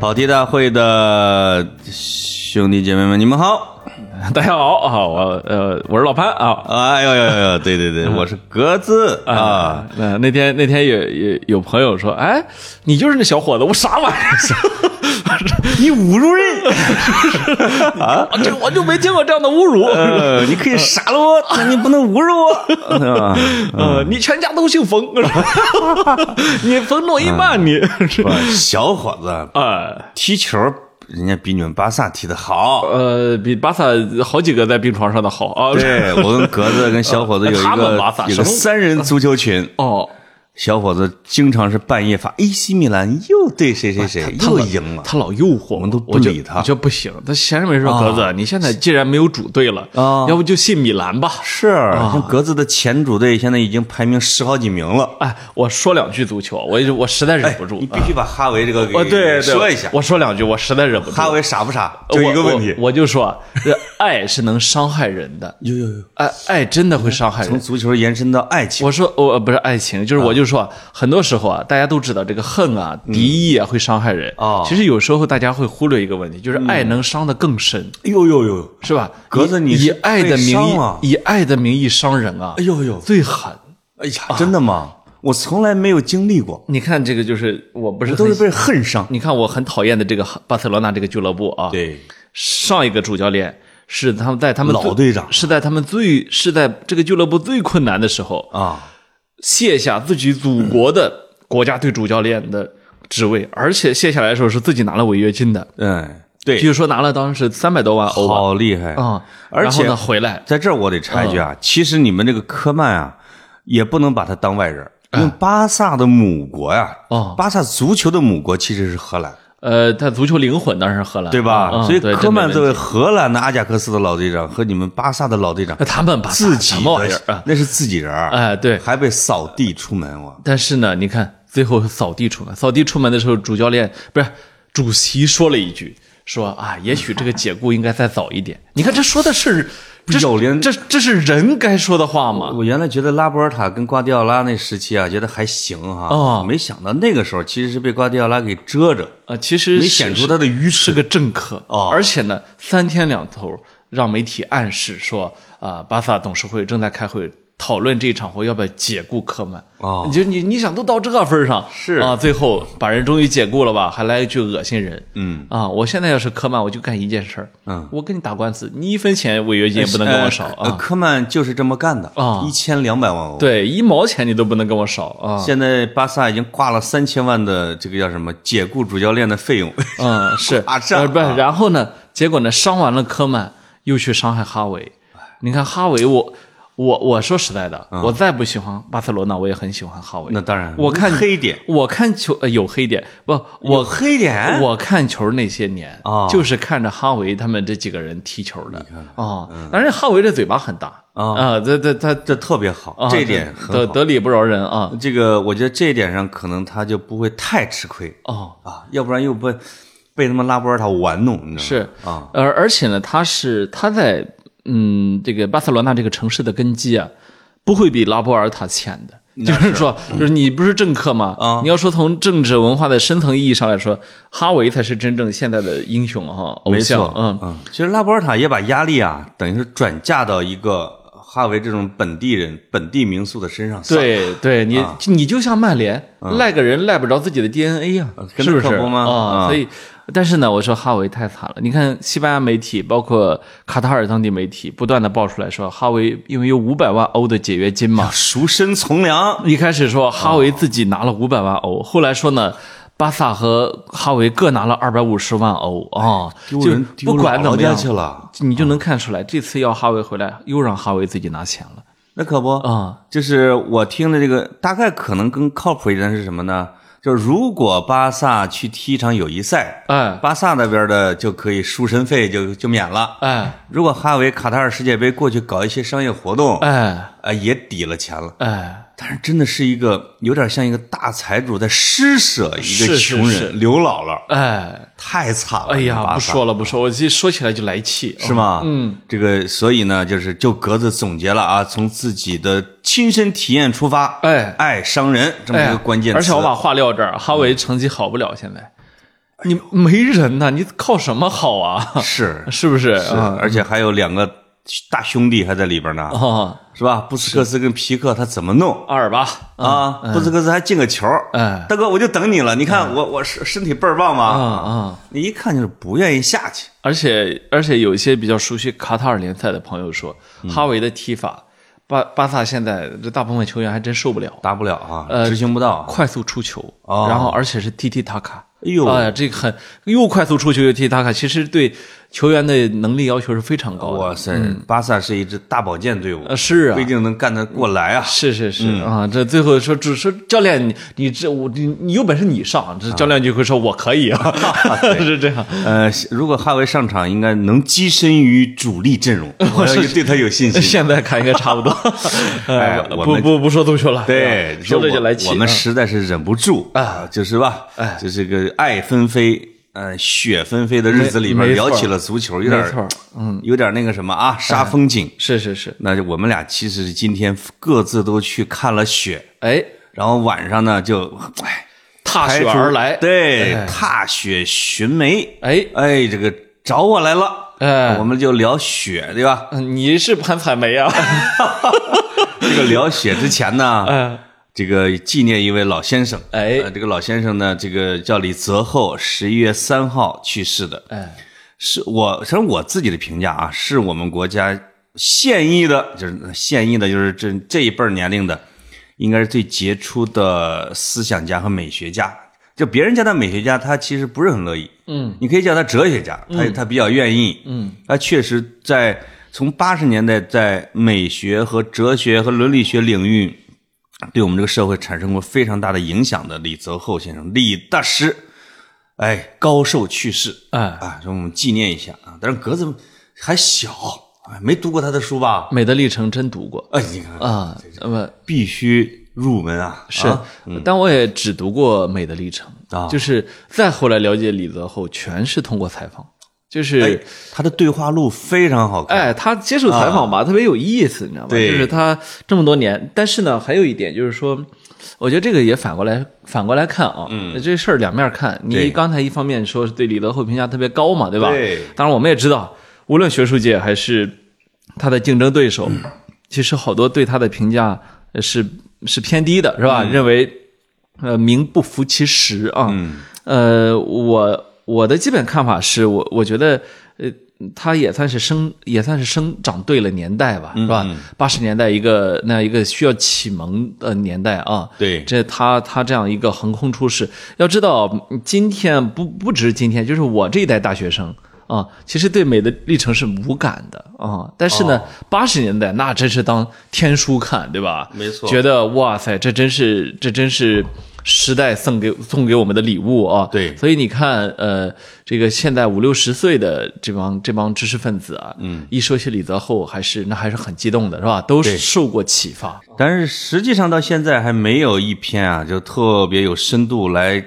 跑题大会的兄弟姐妹们，你们好！ 大家好啊，我呃我是老潘啊哎呦呦呦呦，对对嗯对，我是格子啊，，那那天那天也也有朋友说，哎，你就是那小伙子，我啥玩意 儿？你侮辱人！ 啊，这我就没见过这样的侮辱。呃，你可以杀了我， 但你不能侮辱我，是吧？呃，你全家都姓 冯，你冯诺依曼，你是不小伙子啊。踢球，人家比你们巴萨踢得好。 呃，比巴萨好几个在病床上的好啊！对我跟格子跟小 伙子有一他们个巴萨有个什么三人足球群，哦，小伙子经常是半夜发 AC 米兰又对谁谁谁又赢了，他老诱惑我们，都不理他我觉得不行。他闲着没事儿，格子，你现在既然没有主队了，啊要不就信米兰吧？是啊像格子的前主队现在已经排名十好几名了。哎，我说两句足球，我我实在忍不住哎你。必须把哈维这个给我对对说一下，我说两句，我实在忍不住。哈维傻不傻？我就一个问题我，我就说，这爱是能伤害人的，有有有，爱爱真的会伤害从啊人。足球延伸到爱情，我说，我、呃不是爱情，就是我就说，很多时候啊，大家都知道这个恨啊、敌意啊会伤害人。嗯哦嗯其实有时候大家会忽略一个问题，就是爱能伤得更深，哎呦呦呦，是吧？格子以你是以爱被的名义伤啊，以爱的名义伤人啊，哎呦呦，最狠。哎呀，真的吗？我从来没有经历过，你看这个就是，我不是都很是被恨伤。你看我很讨厌的这个巴塞罗那这个俱乐部啊，，对，上一个主教练是他们在他们最老队长是在他们最是在这个俱乐部最困难的时候啊，卸下自己祖嗯国的国家队主教练的职位，而且卸下来的时候是自己拿了违约金的，嗯，据对，说拿了当时三百多万欧吧，好厉害啊，而然后且呢回来在这儿我得插一句啊，其实你们这个科曼啊，也不能把他当外人儿，因为巴萨的母国呀哦，巴萨足球的母国其实是荷兰，呃，他足球灵魂当然是荷兰，啊对嗯吧？所以对科曼真没作问为荷兰的阿贾克斯的老队长和你们巴萨的老队长题，他们把 自己什么玩意儿的啊？那是自己人儿哎对还被扫地出门我。但是呢，你看最后扫地出门，扫地出门的时候，主教练不是主席说了一句，说啊，也许这个解雇应该再早一点。你看这说的是，这有连这这是人该说的话吗？我原来觉得拉波尔塔跟瓜迪奥拉那时期啊，觉得还行哈，哦没想到那个时候其实是被瓜迪奥拉给遮着，啊，其实没是显出他的愚是蠢。个政客哦而且呢，三天两头让媒体暗示说啊、巴萨董事会正在开会。讨论这场会要不要解雇科曼哦你就你你想都到这份儿上是啊，最后把人终于解雇了吧，还来一句恶心人，嗯啊，我现在要是科曼，我就干一件事儿，嗯，我跟你打官司，你一分钱违约金也不能跟我少呃啊，科曼就是这么干的啊一千两百万欧。，对，一毛钱你都不能跟我少啊，现在巴萨已经挂了三千万的这个叫什么解雇主教练的费用。 嗯，是啊这样呃不啊是，然后呢，结果呢，伤完了科曼，又去伤害哈维。你看哈维，我我我说实在的，我再不喜欢巴塞罗那，我也很喜欢哈维。嗯那当然，我看黑点，我看球、呃、有黑点，不，我我黑点，我看球那些年哦就是看着哈维他们这几个人踢球的啊。当然，哈维这嘴巴很大嗯哦啊，这这他这特别好，啊这一点很得好。得理不饶人啊。这个我觉得这一点上，可能他就不会太吃亏哦，啊，要不然又被被他们拉波尔塔玩弄，你知道是吗？是啊，呃而而且呢，他是他在嗯这个巴塞罗那这个城市的根基啊，不会比拉波尔塔浅的。就是说，就是你不是政客吗？嗯啊你要说从政治文化的深层意义上来说，哈维才是真正现在的英雄哈，偶没像错，嗯，嗯，其实拉波尔塔也把压力啊，等于是转嫁到一个哈维这种本地人、本地民宿的身上，算了，对对，你啊你就像曼联，赖个人赖不着自己的 DNA 呀，跟是不他是可不吗啊啊？所以，但是呢，我说哈维太惨了。你看西班牙媒体，包括卡塔尔当地媒体，不断的爆出来说，哈维因为有五百万欧的解约金嘛，赎身从良，一开始说哈维自己拿了五百万欧，后来说呢，巴萨和哈维各拿了二百五十万欧啊，丢就人不管怎么丢老样家去了，你就能看出来，这次要哈维回来，又让哈维自己拿钱了那可不啊。就是我听的这个，大概可能更靠谱一点是什么呢？就是如果巴萨去踢一场友谊赛，哎巴萨那边的就可以赎身费就就免了。哎如果哈维卡塔尔世界杯过去搞一些商业活动，哎啊，也抵了钱了。哎，但是真的是一个有点像一个大财主在施舍一个是是穷是人、刘姥姥，哎，太惨了。哎呀，巴不萨说了不说，我这说起来就来气，是吗？嗯，这个所以呢，就是就格子总结了啊，从自己的亲身体验出发，哎爱伤人这么哎一呀？个关键词。而且我把话撂这儿，哈维成绩好不了，现在哎你没人呐，你靠什么好啊？ 是是不是是，啊？而且还有两个大兄弟还在里边呢，哦，是吧？布斯克斯跟皮克他怎么弄阿尔巴，啊？布斯克斯还进个球，嗯哎，嗯大哥我就等你了，你看我我身身体倍儿棒啊吧？啊！你一看就是不愿意下去，而且而且有一些比较熟悉卡塔尔联赛的朋友说，哈维的踢法，巴巴萨现在这大部分球员还真受不了，达不了啊，呃执行不到。快速出球，哦然后而且是踢踢塔卡。哎呦，哎呀，这个很又快速出球又踢踢塔卡，其实对球员的能力要求是非常高的。哇塞，巴萨是一支大保健队伍，嗯呃，是啊不一，定能干得过来啊。是是是、啊，这最后说主说教练，你你这我你你有本事你上，这教练就会说我可以啊，是这样。呃，如果哈维上场，应该能跻身于主力阵 容，我要对他有信心。现在看应该差不多，哎呃我不们不不说足球了，对，说这就我来气。啊我们实在是忍不住啊，就是吧，哎就这个爱纷飞，呃，雪纷飞的日子里没边没聊错起了足球，有点没错，哎嗯，有点那个什么啊，杀风景。是是是，那就我们俩其实是今天各自都去看了雪，哎，然后晚上呢就哎踏排雪除而来，对，哎踏雪寻梅，哎，哎，这个找我来了，哎我们就聊雪，对吧？你是潘采梅啊？ 这个聊雪之前呢，嗯这个纪念一位老先生，哎呃这个老先生呢，这个叫李泽厚，十一月三号去世的，哎，是我，反正我自己的评价啊，是我们国家现役的，就是现役的，就是这这一辈儿年龄的，应该是最杰出的思想家和美学家。就别人叫他美学家，他其实不是很乐意。嗯，你可以叫他哲学家，他他比较愿意。嗯，他确实在从八十年代在美学和哲学和伦理学领域，对我们这个社会产生过非常大的影响的李泽厚先生，李大师，哎，高寿去世。哎，啊，让我们纪念一下啊。但是格子还小，哎没读过他的书吧？美的历程真读过哎，你看，啊，那么必须入门啊！是嗯啊，但我也只读过《美的历程啊》，就是再后来了解李泽厚，全是通过采访，就是哎，他的对话录非常好看。啊哎，他接受采访吧，特别有意思，你知道吗？对就是他这么多年，但是呢，还有一点就是说，我觉得这个也反过来反过来看啊，嗯，这事儿两面看。你对刚才一方面说是对李德厚评价特别高嘛，对吧？对当然，我们也知道，无论学术界还是他的竞争对手，嗯其实好多对他的评价呃是是偏低的，是吧？嗯认为呃名不符其实啊。呃，我我的基本看法是我我觉得呃。他也算是生，也算是生长对了年代吧，是吧？八十年代一个那样一个需要启蒙的年代啊，对这他他这样一个横空出世，要知道嗯今天不不只是今天，就是我这一代大学生啊，其实对美的历程是无感的啊。但是哦呢，八十、年代那真是当天书看，对吧？没错觉得哇塞，这真是这真是。时代送给送给我们的礼物啊，对所以你看，呃，这个现在五六十岁的这帮这帮知识分子啊，嗯，一说起李泽厚，还是那还是很激动的，是吧？都是受过启发，但是实际上到现在还没有一篇啊，就特别有深度来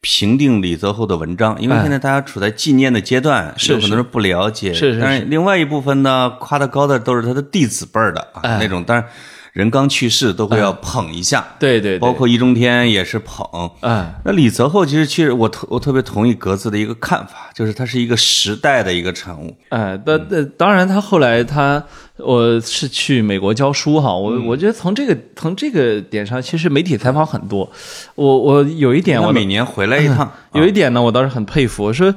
评定李泽厚的文章，因为现在大家处在纪念的阶段，哎是有很多人不了解。是是但是另外一部分呢，夸他高的都是他的弟子辈儿的啊，哎那种。当然，人刚去世都会要捧一下，对哎对对，包括易中天也是捧。哎，那李泽厚其实确实，我特我特别同意格子的一个看法，就是它是一个时代的一个产物。哎，嗯但但当然，他后来他我是去美国教书哈，嗯我、我觉得从这个从这个点上，其实媒体采访很多，我我有一点我哎我嗯每年回来一趟，啊有一点呢，我倒是很佩服，我说。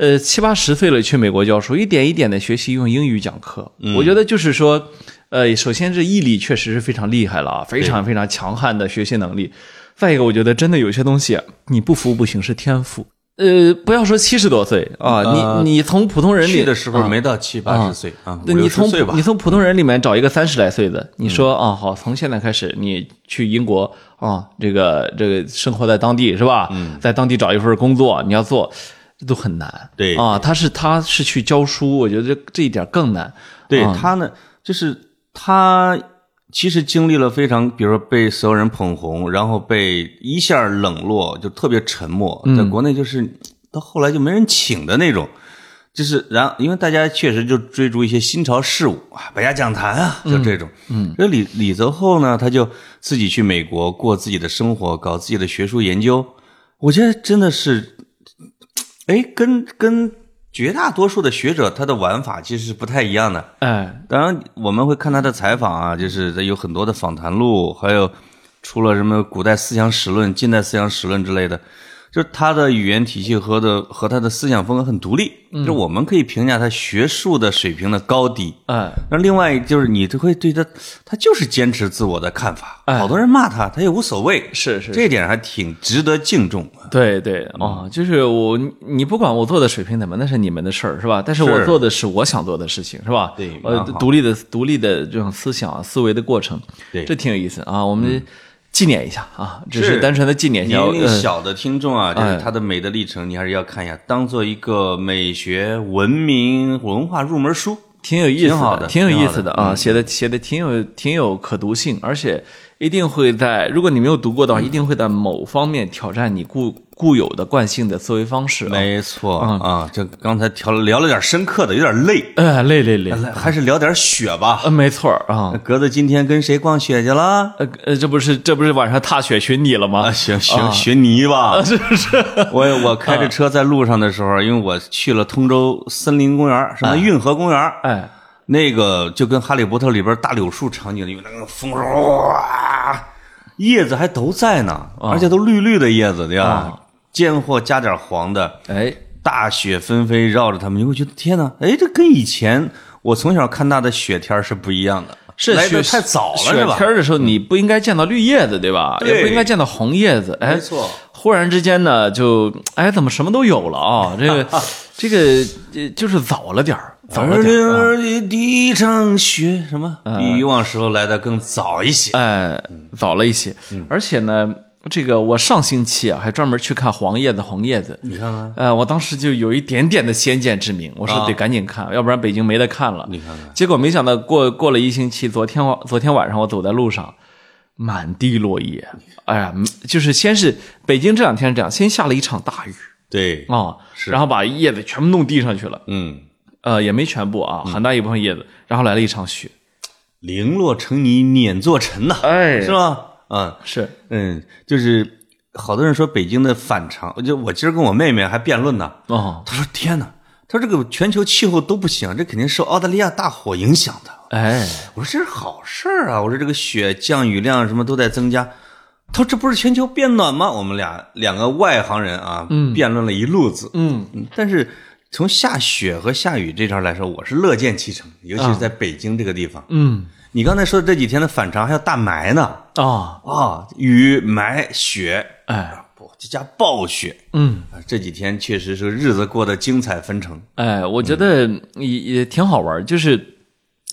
呃，七八十岁了去美国教书，一点一点的学习用英语讲课，嗯我觉得就是说，呃，首先是毅力确实是非常厉害了啊，非常非常强悍的学习能力。再一个，我觉得真的有些东西啊你不服不行，是天赋。呃，不要说七十多岁啊，呃你你从普通人里去的时候啊没到七八十岁啊，对五你六十从岁吧嗯你。从普通人里面找一个三十来岁的，你说啊、好，从现在开始你去英国啊、这个这个生活在当地是吧？嗯在当地找一份工作，你要做，这都很难。对啊，他是他是去教书，我觉得这这一点更难。对啊他呢，就是他其实经历了非常，比如说被所有人捧红，然后被一下冷落，就特别沉默，在国内就是到后来就没人请的那种。就是，然后因为大家确实就追逐一些新潮事物啊，百家讲坛啊，就这种。嗯，这李李泽厚呢，他就自己去美国过自己的生活，搞自己的学术研究。我觉得真的是哎，跟跟绝大多数的学者他的玩法其实是不太一样的。哎，当然，我们会看他的采访啊，就是他有很多的访谈录，还有出了什么古代思想史论、近代思想史论之类的，就是他的语言体系和的和他的思想风格很独立，嗯就是我们可以评价他学术的水平的高低。哎，那另外就是你就会对他，他就是坚持自我的看法，哎好多人骂他，他也无所谓，是是，这一点还挺值得敬重的。对对哦，就是我你你不管我做的水平怎么，那是你们的事儿是吧？但是我是做的是我想做的事情是吧？对呃蛮好，独立的独立的这种思想思维的过程，对嗯这挺有意思啊。我们纪念一下啊，只是是单纯的纪念一你下。那个呃小的听众啊，就哎是他的美的历程，你还是要看一下，当做一个美学、文明、文化入门书。挺有意思挺好的嗯挺有意挺好思的的啊，写的写的挺有挺有可读性，而且一定会在，如果你没有读过嗯的话，一定会在某方面挑战你固固有的惯性的思维方式啊。没错啊，这刚才聊了聊了点深刻的，有点累，呃，累累累，来还是聊点雪吧。呃，没错儿啊那，格子今天跟谁逛雪去了？呃呃，这不是这不是晚上踏雪寻你了吗啊，？雪雪雪泥啊吧，是是。我我开着车在路上的时候，因为我去了通州森林公园，什么运河公园，啊哎，那个就跟《哈利波特》里边大柳树场景里面那个风哇，叶子还都在呢，啊而且都绿绿的叶子对吧？间或加点黄的，哎，大雪纷飞绕着它们，你会觉得天哪，哎，这跟以前我从小看大的雪天儿是不一样的，是来雪的太早了雪是吧天？儿的时候，你不应该见到绿叶子，对吧？对也不应该见到红叶子。哎，没错。忽然之间呢，就哎，怎么什么都有了啊？这 个这个呃就是早了点儿，早了而点儿。零的第一场雪，什么比以往时候来的更早一些？哎，早了一些，嗯而且呢，这个我上星期啊，还专门去看黄叶子、红叶子。你看看，啊呃，我当时就有一点点的先见之明，我说得赶紧看，要不然北京没得看了。你看看，结果没想到过过了一星期，昨天晚昨天晚上我走在路上，满地落叶。哎呀，嗯就是先是北京这两天是这样，先下了一场大雨对，啊、然后把叶子全部弄地上去了，嗯，呃，也没全部啊，很大一部分叶子，然后来了一场雪，零落成泥碾作尘呐，哎是吧？嗯是嗯，就是好多人说北京的反常，就我今儿跟我妹妹还辩论呢，哦，她说天哪，她说这个全球气候都不行，这肯定受澳大利亚大火影响的。哎，我说这是好事儿啊！我说这个雪降雨量什么都在增加。他说这不是全球变暖吗？我们俩两个外行人啊，辩论了一路子。嗯，嗯但是从下雪和下雨这条来说，我是乐见其成，尤其是在北京这个地方。啊嗯，你刚才说的这几天的反常还有大霾呢啊、哦，啊，雨霾雪，啊哎，不，这加暴雪嗯。啊！这几天确实是日子过得精彩纷呈。哎，我觉得也也挺好玩儿，就是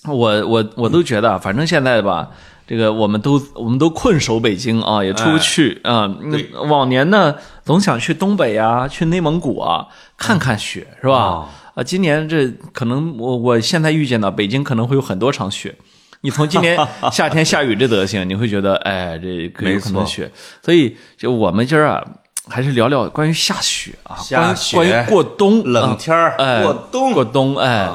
我我我都觉得啊，反正现在吧，这个我们都我们都困守北京啊，也出不去啊、嗯哎对往年呢，总想去东北啊，去内蒙古啊，看看雪，是吧哦？啊，今年这可能我我现在预见到北京可能会有很多场雪。你从今年 夏天下雨这德行，你会觉得哎，这可有没可能错雪。所以就我们今儿啊，还是聊聊关于下雪啊，下雪关于关于过冬冷天儿哎，过冬啊过冬，哎，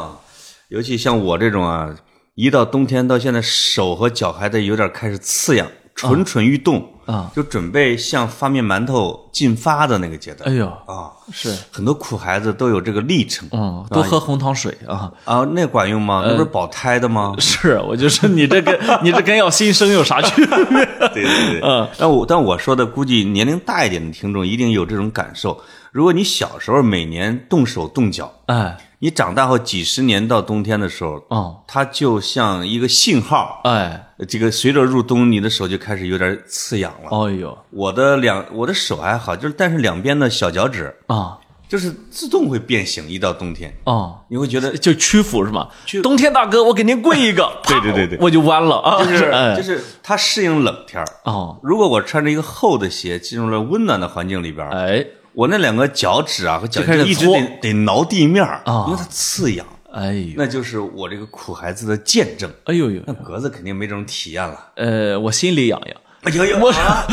尤其像我这种啊，一到冬天到现在，手和脚还得有点开始刺痒，蠢蠢欲动啊，就准备向发面馒头进发的那个阶哎段呦，啊。是，很多苦孩子都有这个历程嗯，呃多喝红糖水啊。？啊，那管用吗？那不是保胎的吗 是，我就说你这跟你这跟要新生有啥区别？ 对对对，嗯但我但我说的估计年龄大一点的听众一定有这种感受。如果你小时候每年动手动脚，哎，你长大后几十年到冬天的时候，哦，它就像一个信号，哎，这个随着入冬，你的手就开始有点刺痒了。哦呦，我的两我的手还好，就是但是两边的小脚趾啊，就是自动会变形，一到冬天哦，你会觉得就屈服是吗屈？冬天大哥，我给您跪一个， 对对啪对对我就弯了啊，就是哎就是它适应冷天儿。哦，如果我穿着一个厚的鞋进入了温暖的环境里边儿，哎，我那两个脚趾啊和脚就开始趾一直搓得得挠地面儿啊因为它刺痒。哎呦，那就是我这个苦孩子的见证。哎呦呦，那格子肯定没这种体验了。呃，我心里痒痒，哎呦呦， 啊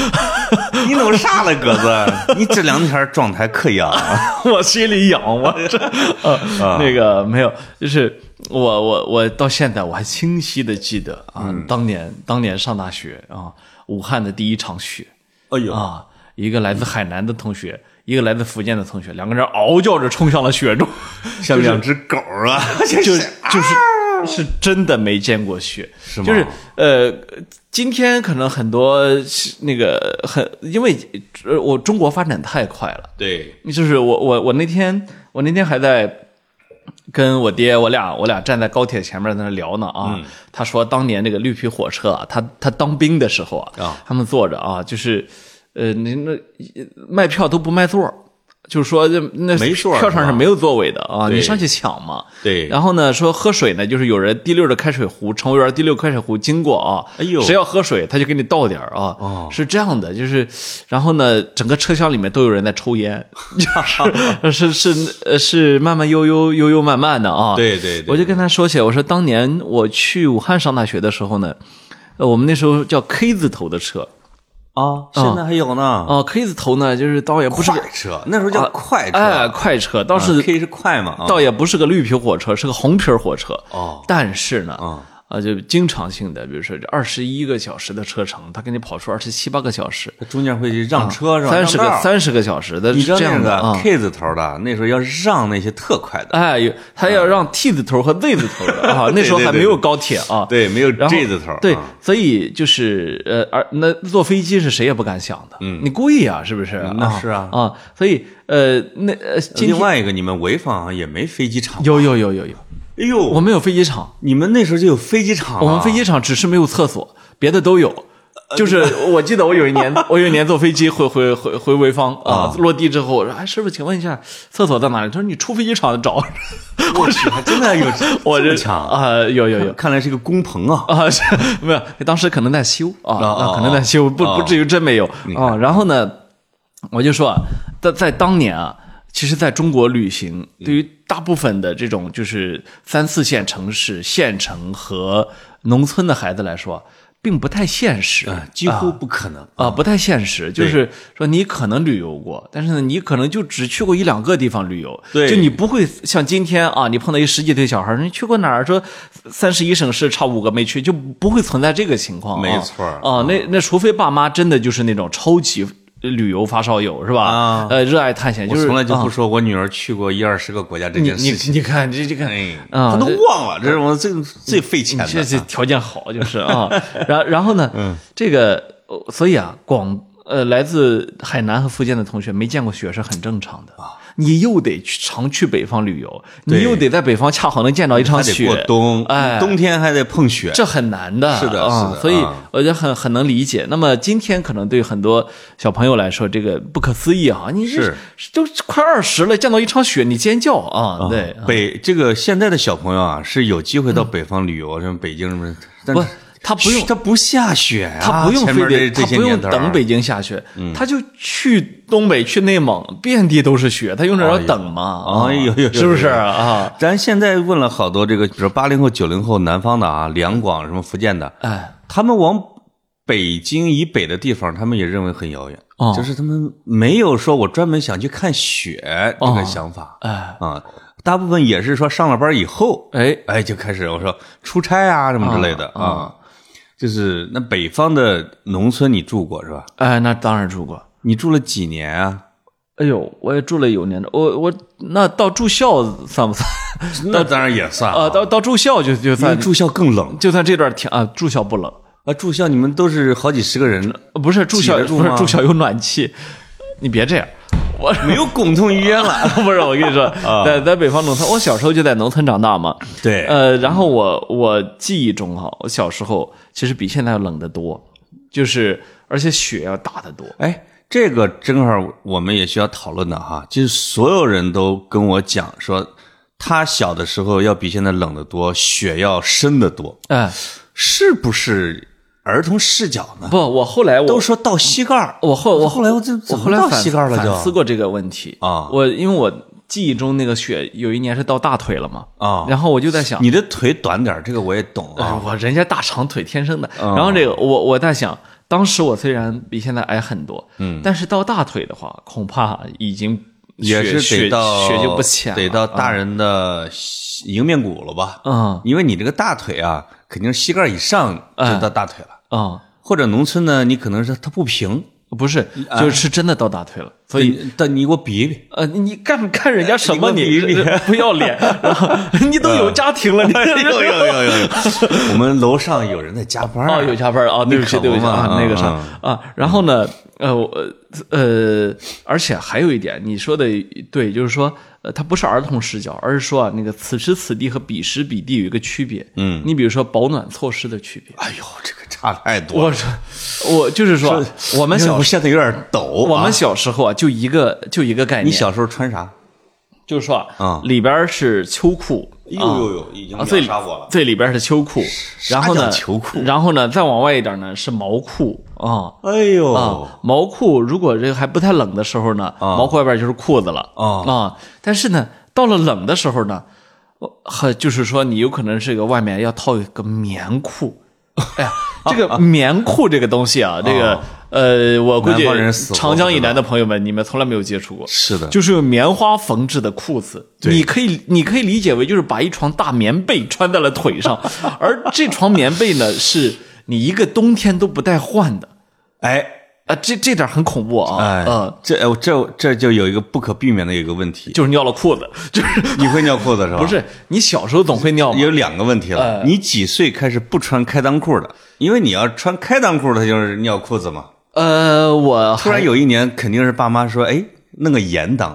你弄啥了，格子？你这两天状态可以啊。 我心里痒，我 这、呃、那个没有，就是我我我到现在我还清晰的记得啊，当年当年上大学啊，武汉的第一场雪哎呦，啊，一个来自海南的同学，一个来自福建的同学，两个人嗷叫着冲上了雪 中，像两只狗啊， 就是就是是真的没见过雪，是吗就是呃，今天可能很多是那个很，因为呃我中国发展太快了，对，就是我我我那天我那天还在跟我爹我俩我俩站在高铁前面在那聊呢啊，嗯他说当年那个绿皮火车啊，他他当兵的时候啊，啊他们坐着啊，就是呃那那卖票都不卖座儿。就是说，那那没座儿票上是是吧没有座位的啊，对你上去抢嘛。对然后呢，说喝水呢，就是有人第六的开水壶，乘务员第六开水壶经过啊，哎呦谁要喝水，他就给你倒点儿啊。哦是这样的，就是，然后呢，整个车厢里面都有人在 抽烟，就是是是呃是慢慢悠悠悠悠慢慢的啊。对对对我就跟他说起来，我说当年我去武汉上大学的时候呢，呃，我们那时候叫 K 字头的车，啊，现在还有呢，哦、k 字头呢就是倒也不是个快车，那时候叫快车，哎快车，倒是、 K 是快嘛，啊倒也不是个绿皮火车，是个红皮火车。哦，但是呢，啊啊，就经常性的，比如说这二十一个小时的车程，他给你跑出二十七八个小时，它中间会让车是吧？三十让个道三十个小时的，你知道这那样的个啊。 K 字头的，那时候要是让那些特快的，哎，有他嗯要让 T 字头和 Z 字 头的啊，那时候还没有高铁啊。对，没有然后 G 字头，对啊，所以就是呃，而那坐飞机是谁也不敢想的，嗯，你贵呀、是不是？那是啊啊，所以呃，那呃，今另天外一个，你们潍坊好像也没飞机场。有有有有有，哎呦，我们有飞机场，你们那时候就有飞机场、啊，我们飞机场只是没有厕所，别的都有。就是呃我记得我有一 年，我有一年坐飞机回回回回潍坊啊，落地之后我说：“哎，师傅，请问一下，厕所在哪里？”他说：“你出飞机场找。我去，还真的有 我这这么强啊！ 啊，有有 有，看来是个工棚啊。啊， 是没有，当时可能在修啊，哦啊可能在修，不哦不至于真没有啊。然后呢，我就说啊，在在当年啊，其实在中国旅行，对于大部分的这种就是三四线城市、县城和农村的孩子来说，并不太现实。呃，几乎不可能。啊，不太现实，就是说你可能旅游过，但是呢，你可能就只去过一两个地方旅游，对就你不会像今天啊，你碰到一十几岁小孩儿，你去过哪儿？说三十一省市差五个没去，就不会存在这个情况、啊，没错儿啊，那那除非爸妈真的就是那种超级旅游发烧友是吧？啊呃，热爱探险，我就是从来就啊不说我女儿去过一二十个国家这你件你事情，你看这这个。哎，啊她都忘了，这是我最最费钱这这的。嗯条件好就是啊，然然后呢，这个呃所以啊，广呃来自海南和福建的同学没见过雪是很正常的你又得去常去北方旅游，你啊对又得在北方恰好能见到一场还得雪，过冬，哎，冬天还得碰雪。这很难的，是的啊是的所以啊我觉得很很能理解。那么今天可能对很多小朋友来说，这个不可思议哈、你这是都快二十了，见到一场雪你尖叫啊，对，啊嗯北这个现在的小朋友啊，是有机会到北方旅游，什么北京什么，但不是，他不用他不下雪呀，他不用啊前非面得，这他这些不年用头啊嗯等北京下雪，他就去东北、去内蒙，遍地都是雪，他用得着等吗？哎呦哎呦哎呦是不是啊？咱现在问了好多这个，比如八零后、九零后南方的啊，两广什么福建的，哎，他们往北京以北的地方，他们也认为很遥远，哦就是他们没有说我专门想去看雪这个想法，哎，啊，大部分也是说上了班以后，哎，哎，就开始我说出差啊什么之类的啊啊。就是那北方的农村，你住过是吧？哎，那当然住过。你住了几年啊？哎呦，我也住了有年的，我我那到住校算不算？ 那呃当然也算啊，到到住校就就因为算住校更冷就算这段天啊，住校不冷，呃啊！住校你们都是好几十个人，不是住校挤得住不是吗住校有暖气，你别这样， 我没有共同语言了。不是，我跟你说，啊在在北方农村，我小时候就在农村长大嘛。 对呃，然后我我记忆中哈，我小时候其实比现在要冷得多，就是而且雪要大得多。哎，这个正好我们也需要讨论的哈，就是所有人都跟我讲说，他小的时候要比现在冷得多，雪要深得多，哎，是不是儿童视角呢？不，我后来我都说到膝盖儿，我后我后来我这我怎后么来到反膝盖了就反思过这个问题啊我因为我记忆中那个雪有一年是到大腿了嘛，啊然后我就在想，哎你的腿短点儿，这个我也懂啊。我人家大长腿天生的。然后这个我我在想，当时我虽然比现在矮很多，嗯，但是到大腿的话，恐怕已经也血是得血到血就不浅了，得到大人的迎面骨了吧？嗯因为你这个大腿啊，肯定是膝盖以上就到大腿了，啊或者农村呢，你可能是它不平，不是，就是真的到大腿了，所以。你但你给我比一 比，啊呃，你干干人家什么你你？给我比一比不要 脸！然后你都有家庭了，你有有有有有，我们楼上有人在加班啊 哦，有加班啊，对不可起，不对不起嘛啊，那个啥嗯啊。然后呢，呃，我呃，而且还有一点，你说的对，就是说，呃，它不是儿童视角，而是说啊，那个此时此地和彼时彼地有一个区别。嗯，你比如说保暖措施的区别。哎呦，这个差太多了。我说，我就是说，啊我们因为小我现在有点抖啊，我们小时候啊，就一个就一个概念，你小时候穿啥？就是说啊啊，哎里边是秋裤，呦啊呦呦，已经啊，最秒杀我了。最里边是秋裤，然后呢，叫秋裤然后呢，再往外一点呢是毛裤啊哎呦，啊，毛裤如果这个还不太冷的时候呢，毛裤外边就是裤子了啊啊，但是呢，到了冷的时候呢，我和就是说你有可能这个外面要套一个棉裤， 哎呀，这个棉裤这个东西啊，这个呃，我估计南方人死活长江以不知道南的朋友们，你们从来没有接触过，是的，就是用棉花缝制的裤子，对你可以你可以理解为就是把一床大棉被穿在了 腿上，而这床棉被呢是你一个冬天都不带换的哎啊，这这点很恐怖啊，哎呃，，这这这就有一个不可避免的一个问题，就是尿了裤子，就是你会尿裤子是吧？ 不，是哎你小时候总会尿吗？有两个问题了。你几岁开始不穿开裆裤的？因为你要穿开裆裤，它就是尿裤子嘛。呃，我突然有一年，肯定是爸妈说，哎，弄个严裆，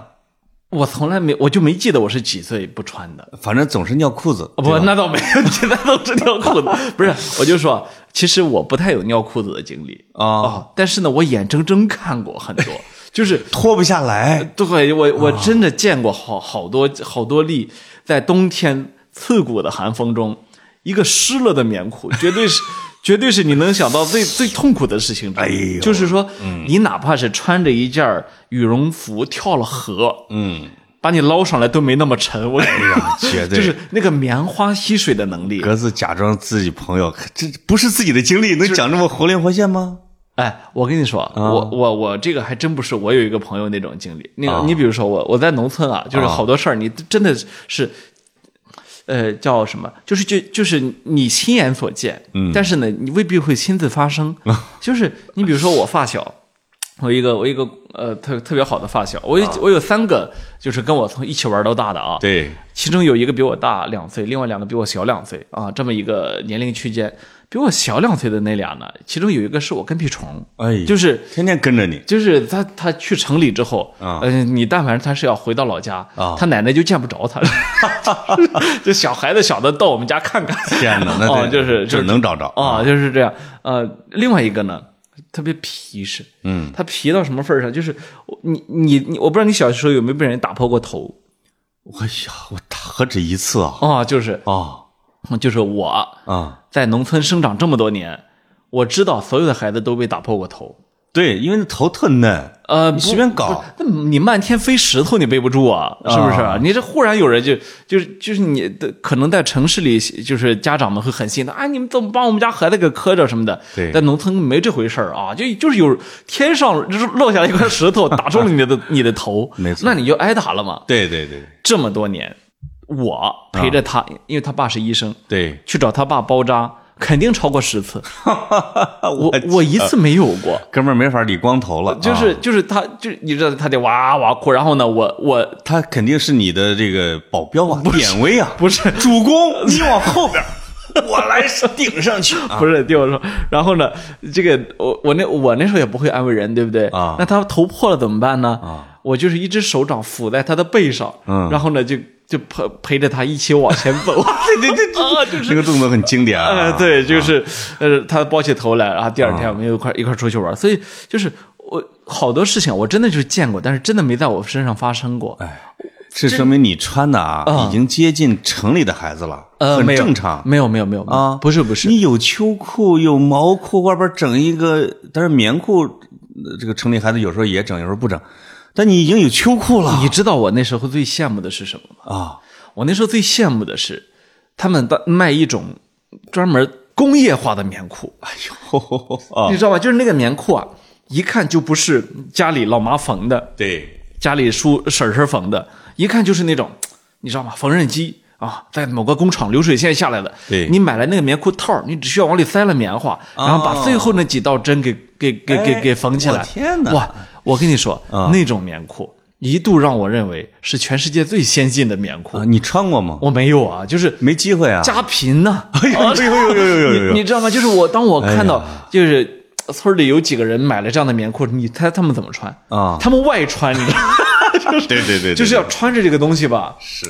我从来没我就没记得我是几岁不穿的。反正总是尿裤子。哦啊不，那倒没有，现在都是尿裤子。 不是，我就说，其实我不太有尿裤子的经历哦啊但是呢，我眼睁睁看过很 多，就是脱不下来，对我我啊真的见过好好多好多例，在冬天刺骨的寒风中，一个湿了的棉裤，绝对是 绝对是你能想到最最痛苦的事情之一。哎呦嗯就是说，你哪怕是穿着一件羽绒服跳了河，嗯，哎把你捞上来都没那么沉。我跟你说，绝对呃 就是那个棉花吸水的能力。格子假装自己朋友，这不是自己的经历，能讲这么活灵活现吗？哎，我跟你说，我我我这个还真不是，我有一个朋友那种经历。那个，你比如说我我在农村啊，就是好多事儿，你真的是，呃，叫什么？就是就就是你亲眼所见，但是呢，你未必会亲自发生。就是你比如说我发小，我一个我一个呃特特别好的发小，我有我有三个就是跟我从一起玩到大的啊，对，其中有一个比我大两岁，另外两个比我小两岁啊，这么一个年龄区间。比我小两岁的那俩呢，其中有一个是我跟屁虫，哎，就是天天跟着你，就是他他去城里之后，啊呃，你但凡他是要回到老家，啊他奶奶就见不着 他了。就小孩子小的到我们家看看，天 哪，那哦得就是就是这能找着啊、就是这样。呃，另外一个呢，特别皮实，嗯，他皮到什么份儿上？就是我你你你，我不知道你小时候有没有被人打破过头哎呀，我打何止一次啊！啊、就是啊就是我啊，在农村生长这么多年，我知道所有的孩子都被打破过头。对，因为那头特嫩，呃，你不随便搞，那你漫天飞石头，你背不住啊，是不是？啊你这忽然有人就就是就是你的，可能在城市里，就是家长们会很心疼，啊，你们怎么把我们家孩子给磕着什么的？对在农村没这回事儿啊，就就是有天上就是落下来一块石头，打中了你 的你的头，没错那你就挨打了嘛。对对对这么多年，我陪着啊他，因为他爸是医生，对，去找他爸包扎，肯定超过 十次，我啊我我一次没有过。哎哥们儿没法理光头了，就是啊就是他，就是你知道他得哇哇哭，然后呢，我我他肯定是你的这个保镖啊，典韦啊，不是主公，你往后边，我来顶上 去啊，不是听我说，然后呢，这个我我那我那时候也不会安慰人，对不对？啊那他头破了怎么办呢？啊，我就是一只手掌抚在他的背上，嗯然后呢就就陪陪着他一起往前走， 对对对啊，就是。这个动作很经典呃， 啊， 对，就是，呃，他包起头来，然后第二天我们又一块、一块出去玩，所以就是我好多事情我真的就是见过，但是真的没在我身上发生过。这说明你穿的啊啊，已经接近城里的孩子了，呃，哎很没有正常。没有没有没有啊不是不是，你有秋裤，有毛裤，外边整一个，但是棉裤，呃这个城里孩子有时候也整，有时候不整。但你已经有秋裤了你知道我那时候最羡慕的是什么吗？啊！我那时候最羡慕的是，他们当卖一种专门工业化的棉裤，哎呦啊你，知道吧？就是那个棉裤啊，一看就不是家里老妈缝的，对，家里叔婶婶缝的，一看就是那种，你知道吗？缝纫机啊，在某个工厂流水线下来的。对啊你买来那个棉裤套儿，你只需要往里塞了棉花，然后把最后那几道针给给给给哎给缝起我来。天哪哇，我跟你说，啊那种棉裤一度让我认为是全世界最先进的棉裤。啊，你穿过吗？我没有啊，就是没机会啊。家贫呐、哦哎呦哎呦哎呦哎呦哎呦 哎呦！哎你你知道吗？就是我当我看到就是。呃村里有几个人买了这样的棉裤，你猜他们怎么穿啊他们外穿，你知道吗？就是对对对对就是要穿着这个东西吧，是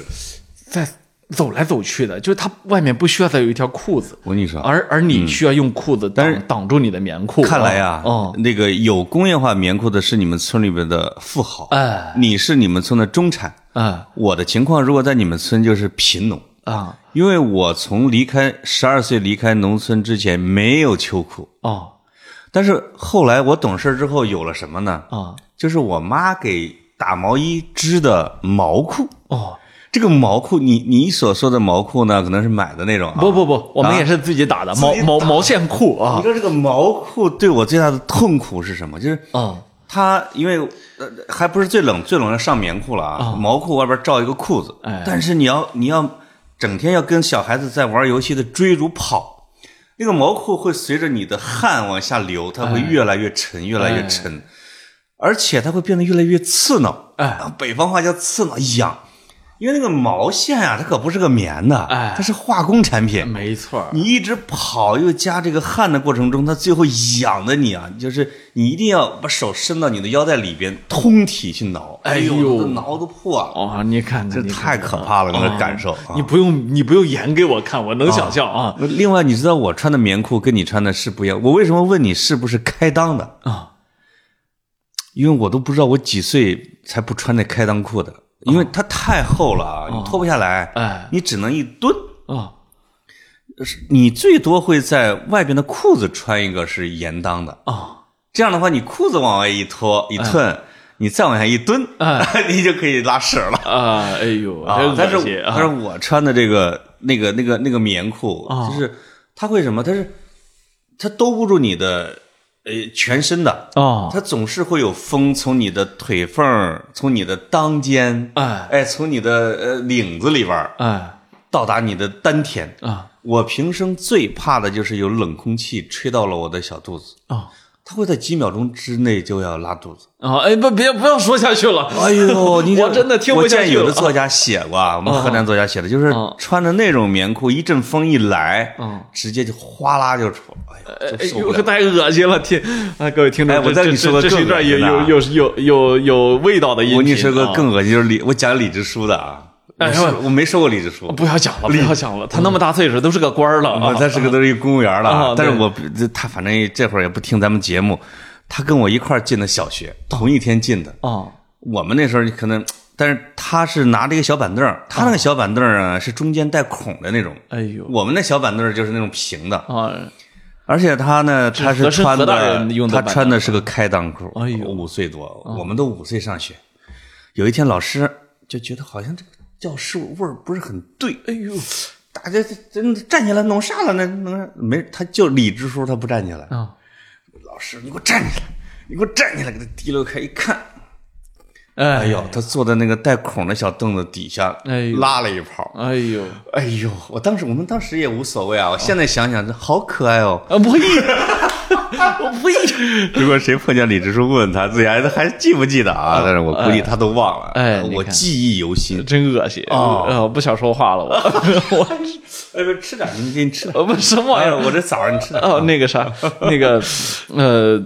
在走来走去的，就是它外面不需要再有一条裤子，我跟你说，而而你需要用裤子挡、嗯但是挡住你的棉裤。看来呀，哦，那个有工业化棉裤的是你们村里边的富豪，哎你是你们村的中产。啊我的情况如果在你们村就是贫农，啊因为我从离开十二岁离开农村之前没有秋裤，哦但是后来我懂事之后有了什么呢？啊就是我妈给打毛衣织的毛裤。哦，这个毛裤，你你所说的毛裤呢，可能是买的那种啊。不不不，我们也是自己打的、毛自己打毛毛线裤你啊知道这个毛裤对我最大的痛苦是什么？就是啊它因为呃还不是最冷，最冷要上棉裤了啊，毛裤外边罩一个裤子，哎但是你要你要整天要跟小孩子在玩游戏的追逐跑，那个毛裤会随着你的汗往下流，它会越来越沉，越来越沉，而且它会变得越来越刺挠，哎啊，北方话叫刺挠痒，因为那个毛线啊，它可不是个棉的，哎嗯它是化工产品，没错儿，你一直跑又加这个汗的过程中，它最后痒的你啊，就是你一定要把手伸到你的腰带里边，通体去挠，哎呦呦，我的挠都破了，哦，你看看，这你看啊太可怕了，那个感受。哦啊哦你不用你不用演给我看，我能想象啊另外，你知道我穿的棉裤跟你穿的是不一样，我为什么问你是不是开裆的？啊因为我都不知道我几岁才不穿那开裆裤的，因为它太厚了啊，你脱不下来，哦哎你只能一蹲。啊你最多会在外边的裤子穿一个是沿裆的，啊！这样的话，你裤子往外一脱一褪，嗯你再往下一蹲， 你就可以拉屎 了。啊，哎呦，啊真但恶心是但是啊！我穿的这个那个那个那个棉裤，啊就是它会什么？它是它兜不住你的呃全身的，哦它总是会有风从你的腿缝儿，从你的裆间，哎哎，从你的呃领子里边儿哎到达你的丹田。啊我平生最怕的就是有冷空气吹到了我的小肚子，啊它会在几秒钟之内就要拉肚子。啊！哎，不，别不要说下去了。哎 呦，你我真的听不下去了我见有的作家写 过，啊，我们河南作家写的，就是嗯穿着那种棉裤，一阵风一来嗯，直接就哗啦就出，哎呦，哎真受不呦，了。太恶心了！天啊，各位听众，哎我再这给你这说个这这是一更恶段有心的有啊有有有有味道的音频。我跟你说个啊更恶心，就是李，我讲李支书的啊，哎我嗯是呦我没说过李支书，不要讲了，不要讲了，他那么大岁数，都是个官儿了啊，啊！他是个都是一个公务员了，啊但是对我这他反正这会儿也不听咱们节目，他跟我一块儿进的小学，同一天进的，啊我们那时候可能，但是他是拿着一个小板凳儿，他那个小板凳儿啊是中间带孔的那种。哎呦我们那小板凳儿就是那种平的，啊！而且他呢，他和是珅穿和的，大人用的他板穿的是个开裆裤。哎呦五岁多，我们都五岁上学。有一天，老师就觉得好像这个教室味儿不是很对，哎呦，大家这这站起来弄啥了？那弄没他就李支书他不站起来，啊老师你给我站起来，你给我站起来，给他提溜开一看，哎哎呦，他坐在那个带孔的小凳子底下，哎呦拉了一泡。哎呦哎呦，我当时我们当时也无所谓啊，我现在想想这好可爱哦。啊！呸！ 我呸！如果谁碰见李支书问他自己还还记不记得啊，但是我估计他都忘了。呃哎你看我记忆犹新。真恶心哦啊！我不想说话了，我我哎，不是吃点，你给你吃点。我不什么玩哎意呀，儿？我这早上吃点。哦，那个啥，那个呃，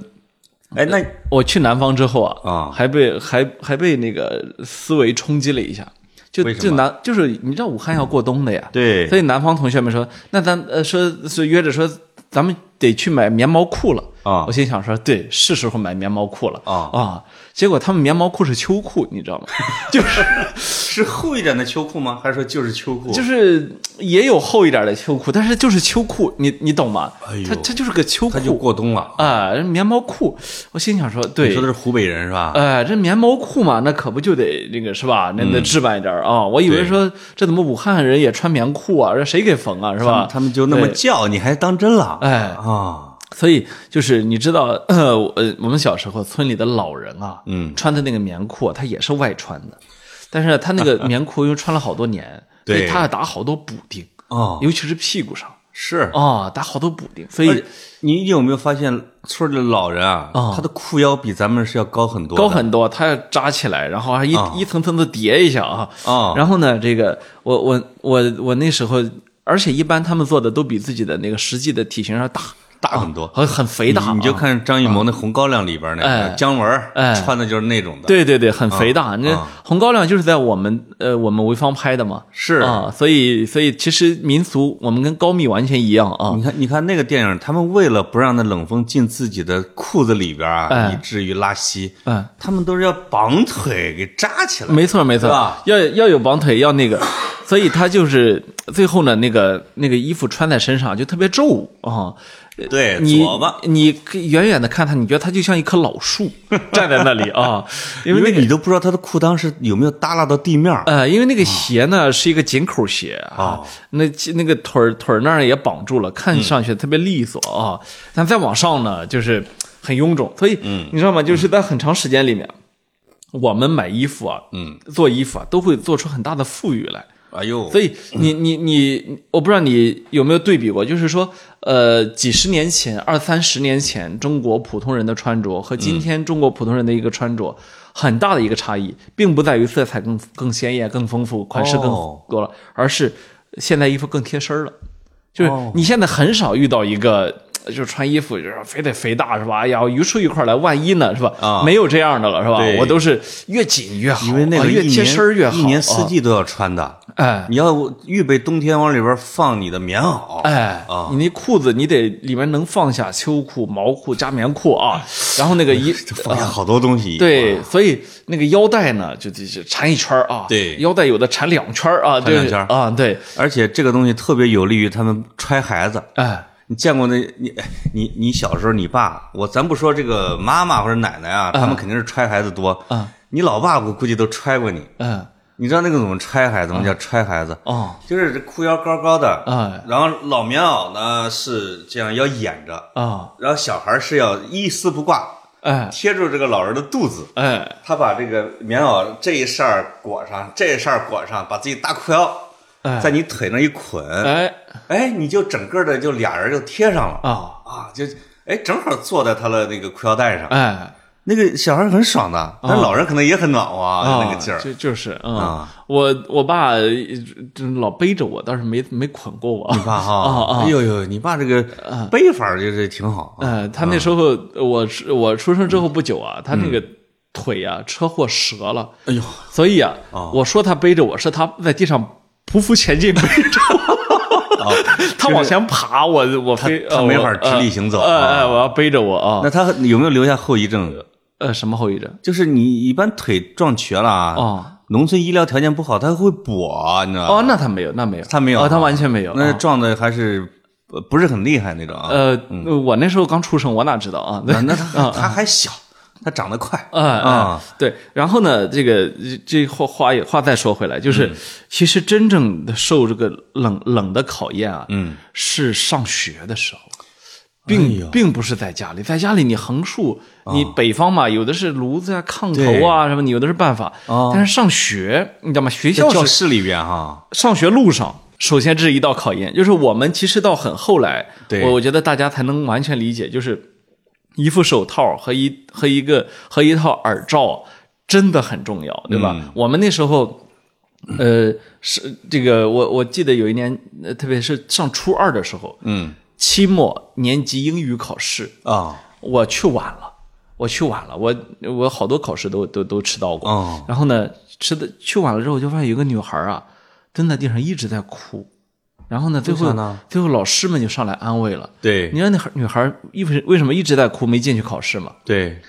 哎，那我去南方之后啊，啊还被还还被那个思维冲击了一下。就为什就么南就是你知道武汉要过冬的呀，对所以南方同学们说，那咱呃说是约着说，咱们得去买棉毛裤了啊我心想说，对，是时候买棉毛裤了啊啊。结果他们棉毛裤是秋裤，你知道吗？ 就是是厚一点的秋裤吗？还是说就是秋裤？就是也有厚一点的秋裤，但是就是秋裤，你你懂吗？哎呦它它就是个秋他就裤过冬了。啊，棉毛裤。我心想说，对，你说的是湖北人是吧？哎，这棉毛裤嘛，那可不就得那个是吧？那那置办一点儿啊！我以嗯为对说这怎么武汉人也穿棉裤啊？这谁给缝啊？是他吧们？他们就那么对叫，你还当真了？哎，啊，所以就是你知道， 呃，我我们小时候村里的老人啊，嗯穿的那个棉裤啊，它也是外穿的。但是呢，他 那个棉裤因为穿了好多年，所以对他要打好多补丁，哦，尤其是屁股上是。啊，打好多补丁，所而以且你有没有发现村里的老人啊，啊他的裤腰比咱们是要高很多的，高很多，他要扎起来，然后还一啊一层层的叠一下啊。啊，然后呢，这个我我我我那时候，而且一般他们做的都比自己的那个实际的体型要大，大很多。很很肥大啊，你就看张艺谋那《红高粱》里边那哎个姜文儿哎穿的就是那种的，，对对对，很肥大。那、啊红高粱就是在我们呃我们潍坊拍的嘛，是啊，所以所以其实民俗我们跟高密完全一样啊你。看，你看那个电影，他们为了不让那冷风进自己的裤子里边啊，哎以至于拉稀，嗯，他们都是要绑腿给扎起来。 没错没错是吧，要要有绑腿，要 那个，所以他就是最后呢，那个那个衣服穿在身上就特别皱啊。对，你左吧，你可以远远的看他，你觉得他就像一棵老 树站在那里啊，因因为那个你都不知道他的裤裆是有没有耷拉到地面儿。呃，因为那个鞋呢是一个紧口鞋啊哦，那那个腿儿腿儿那儿也绑住了，看上去特别利索啊。但再往上呢，就是很臃肿，所以嗯你知道吗？就是在很长时间里面，我们买衣服啊，嗯，做衣服啊，都会做出很大的富裕来。哎呦，所以你你你，我不知道你有没有对比过，就是说，呃，几十年前、二三十年前，中国普通人的穿着和嗯今天中国普通人的一个穿着，很大的一个差异，并不在于色彩更更鲜艳、更丰富、款式更哦多了，而是现在衣服更贴身儿了。就是哦你现在很少遇到一个。呃就是穿衣服，就是非得肥大是吧？哎呀，我余出一块来，万一呢是吧？啊没有这样的了是吧？对我都是越紧越好，因为那啊个越一贴年身儿越好，一年四啊季都要穿的。哎，你要预备冬天往里边放你的棉袄，啊哎，你那裤子你得里面能放下秋裤、毛裤加棉裤啊，然后那 个一放下好多东西。啊对，所以那个腰带呢，就就就缠一圈儿啊，对腰带有的缠两圈儿啊，缠两就是圈儿啊，对，而且这个东西特别有利于他们揣孩子。哎，你见过那你你你小时候你爸我咱不说这个妈妈或者奶奶嗯啊，他们肯定是揣孩子多啊。你老爸我估计都揣过你，嗯，你知道那个怎么揣孩子吗？叫揣孩子，哦，就是这裤腰高高的哎，然后老棉袄呢是这样要掩着，啊，然后小孩是要一丝不挂哎，贴住这个老人的肚子。哎，他把这个棉袄这一扇儿裹上，这一扇儿裹上，把自己大裤腰哎在你腿那一捆，哎，哎，你就整个的就俩人就贴上了啊，啊，就哎正好坐在他的那个裤腰带上，哎，那个小孩很爽的，但老人可能也很暖和啊，啊，那个劲儿。就就是嗯啊，我我爸呃就老背着我，倒是没没捆过我，你爸 啊啊哈，哎呦呦，你爸这个背法儿就是挺好啊，嗯嗯，他那时候我是我出生之后不久啊，他那个腿啊车祸折了，哎呦，所以啊，哦我说他背着我是他在地上匍匐前进背着我， 他往前爬，我我非哦他呃没我法直立行走呃哎啊哎，我要背着我啊那，他有没有留下后遗症？呃，什么后遗症？就是你一般腿撞瘸了哦啊，农村医疗条件不好，他会跛，你知道吗？哦，那他没有，那没有，啊他没有哦啊他完全没有。那啊撞的还是呃不是很厉害那种啊？呃，我那时候刚出生，我哪知道啊？ 那那他他还小，他长得快啊啊，对，然后呢，这个这话话也话再说回来，嗯就是、其实真正的受这个冷冷的考验啊，嗯，是上学的时候，哎并、并不是在家里，在家里你横竖哦你北方嘛，有的是炉子啊、炕头啊什么，你有的是办法，哦但是上学你知道吗？学在校教是室里边哈，上学路上。首先，这是一道考验，就是我们其实到很后来，对我我觉得大家才能完全理解，就是一副手套和一和一个和一套耳罩真的很重要，对吧？我们那时候，呃，是这个，我我记得有一年，呃特别是上初二的时候，嗯期末年级英语考试，啊我去晚了，我去晚了，我我好多考试都都都迟到过。哦然后呢，迟的去晚了之后，我就发现有个女孩啊，蹲在地上一直在哭。然后呢，最后为啥呢最后老师们就上来安慰了。对你让那孩女孩一为为什么一直在哭，没进去考试嘛？对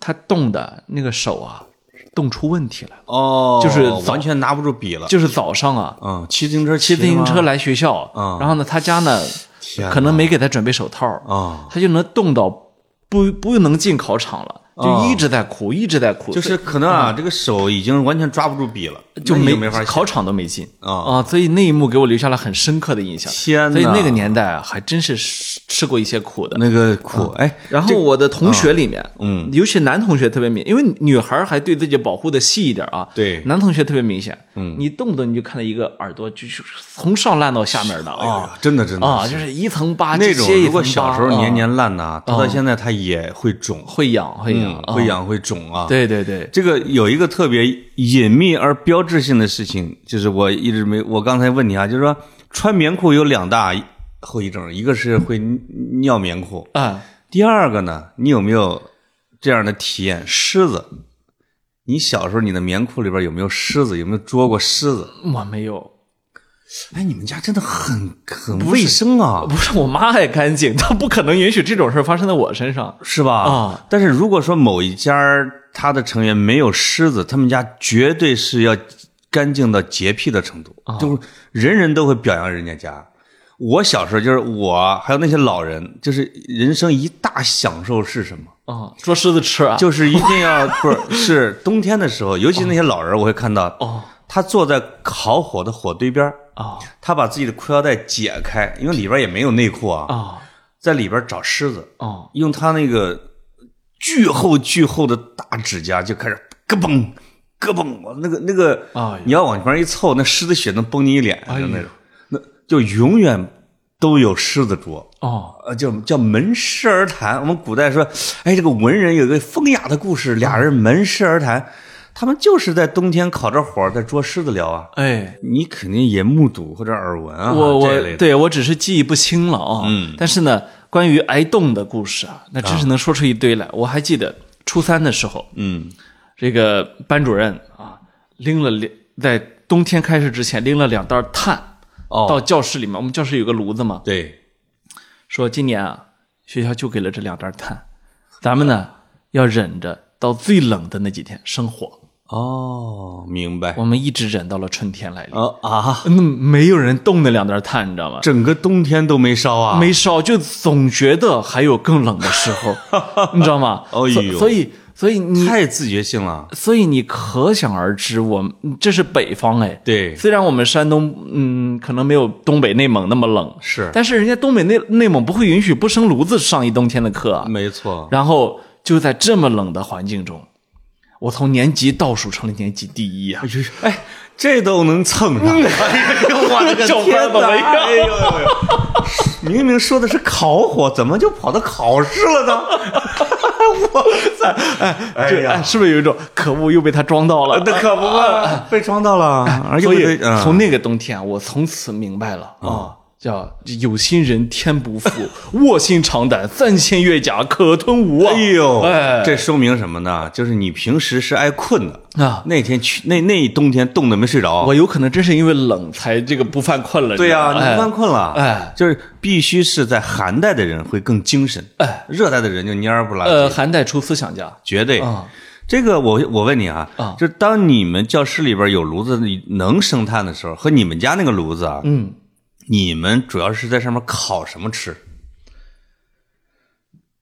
她冻的那个手啊，冻出问题来了。哦，就是早完全拿不住笔了。就是早上啊，嗯，骑自行车骑自行车了来学校，啊然后呢，她家呢天哪可能没给她准备手套，啊她就能冻到不不能进考场了。就一直在哭，一直在哭，就是可能啊，这个手已经完全抓不住笔了，嗯就那你没没法写考场都没进啊啊，所以那一幕给我留下了很深刻的印象。天所以哪那个年代啊，还真是吃吃过一些苦的。那个嗯苦哎，然后我的同学里面，嗯，尤其男同学特别明，因为女孩还对自己保护的细一点啊。对男同学特别明显，嗯，你动不动你就看到一个耳朵就是从上烂到下面的啊啊，真的真的啊，就是一层疤那接种一层疤。如果小时候年啊年烂呐，他到现在他也会肿，会痒会痒嗯，啊会痒会肿啊。，对对对，这个有一个特别隐秘而标志性的事情，就是我一直没，我刚才问你啊，就是说穿棉裤有两大后遗症，一个是会尿棉裤，啊，第二个呢，你有没有这样的体验？虱子，你小时候你的棉裤里边有没有虱子？有没有捉过虱子？我没有，哎，你们家真的很很卫生啊，不是我妈爱干净，她不可能允许这种事儿发生在我身上。是吧？啊但是如果说某一家儿他的成员没有虱子，他们家绝对是要干净到洁癖的程度，啊就是人人都会表扬人家家。我小时候就是我，还有那些老人，就是人生一大享受是什么？啊，捉狮子吃啊，就是一定要不是是冬天的时候，尤其那些老人，我会看到哦，他坐在烤火的火堆边儿啊他把自己的裤腰带解开，因为里边也没有内裤啊，啊在里边找虱子，啊用他那个巨厚巨厚的大指甲就开始咯嘣咯嘣，我那个那个哎呦你要往旁边一凑，那虱子血能崩你一脸，哎就呦那种，那就永远都有虱子捉。哦呃，叫叫门市而谈。我们古代说，哎，这个文人有一个风雅的故事，俩人门市而谈，他们就是在冬天烤着火，在捉狮子聊啊。哎。你肯定也目睹或者耳闻啊，我这一我类的对我只是记忆不清了啊、嗯但是呢，关于挨冻的故事啊，那真是能说出一堆来。我还记得初三的时候，嗯，这个班主任啊，拎了两在冬天开始之前拎了两袋炭、哦到教室里面，我们教室有个炉子嘛，对，说今年啊，学校就给了这两袋炭，咱们呢要忍着到最冷的那几天生火。哦，明白。我们一直忍到了春天来临，哦啊，那、没有人动那两袋炭，你知道吗？整个冬天都没烧啊，没烧，就总觉得还有更冷的时候， 你知道吗？哎呦所所以所以你太自觉性了。所以你可想而知，我们这是北方哎。对，虽然我们山东，嗯，可能没有东北、内蒙那么冷，是但是人家东北内内蒙不会允许不生炉子上一冬天的课啊。没错。然后就在这么冷的环境中，我从年级倒数成了年级第一啊！哎，这都能蹭上，哎呦，我 的个小天班怎么哪样哎呦呦呦！明明说的是烤火，怎么就跑到考试了呢？ 我操！哎哎这哎，呀，呃是不是有一种可恶又被他装到了？那可不嘛，啊被撞到了，而且所以被嗯从那个冬天，我从此明白了啊，叫有心人天不负， 卧薪尝胆，三千越甲可吞吴啊！哎呦哎，这说明什么呢？就是你平时是爱困的，啊，那天去那那一冬天冻得没睡着啊我。有可能真是因为冷才这个不犯困了。对啊呀，你你知道吗犯困了，哎，就是必须是在寒带的人会更精神，哎，热带的人就蔫儿不拉哎几。呃，寒带出思想家，绝对。啊这个我我问你啊，啊就是当你们教室里边有炉子你能生炭的时候，和你们家那个炉子啊，嗯，你们主要是在上面烤什么吃？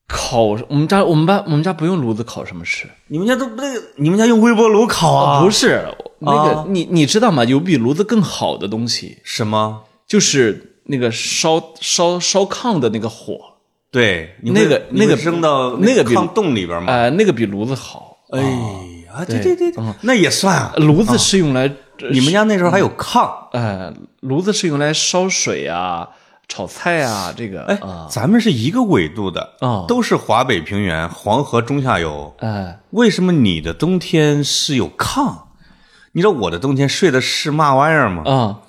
烤我们家我们班我们家不用炉子烤什么吃。你们家都不那个，你们家用微波炉烤啊？不是是那个，啊你你知道吗？有比炉子更好的东西，什么？就是那个烧烧烧炕的那个火，对，你会那个你会那个扔到那个比炕洞里边吗？呃，那个比炉子好。哎啊，对对嗯对对，对那也算啊。炉子是用来、你们家那时候还有炕，呃，炉子是用来烧水啊、炒菜啊，这个哎啊，，咱们是一个纬度的啊都是华北平原、黄河中下游。呃，为什么你的冬天是有炕？你知道我的冬天睡的是嘛玩意儿吗？啊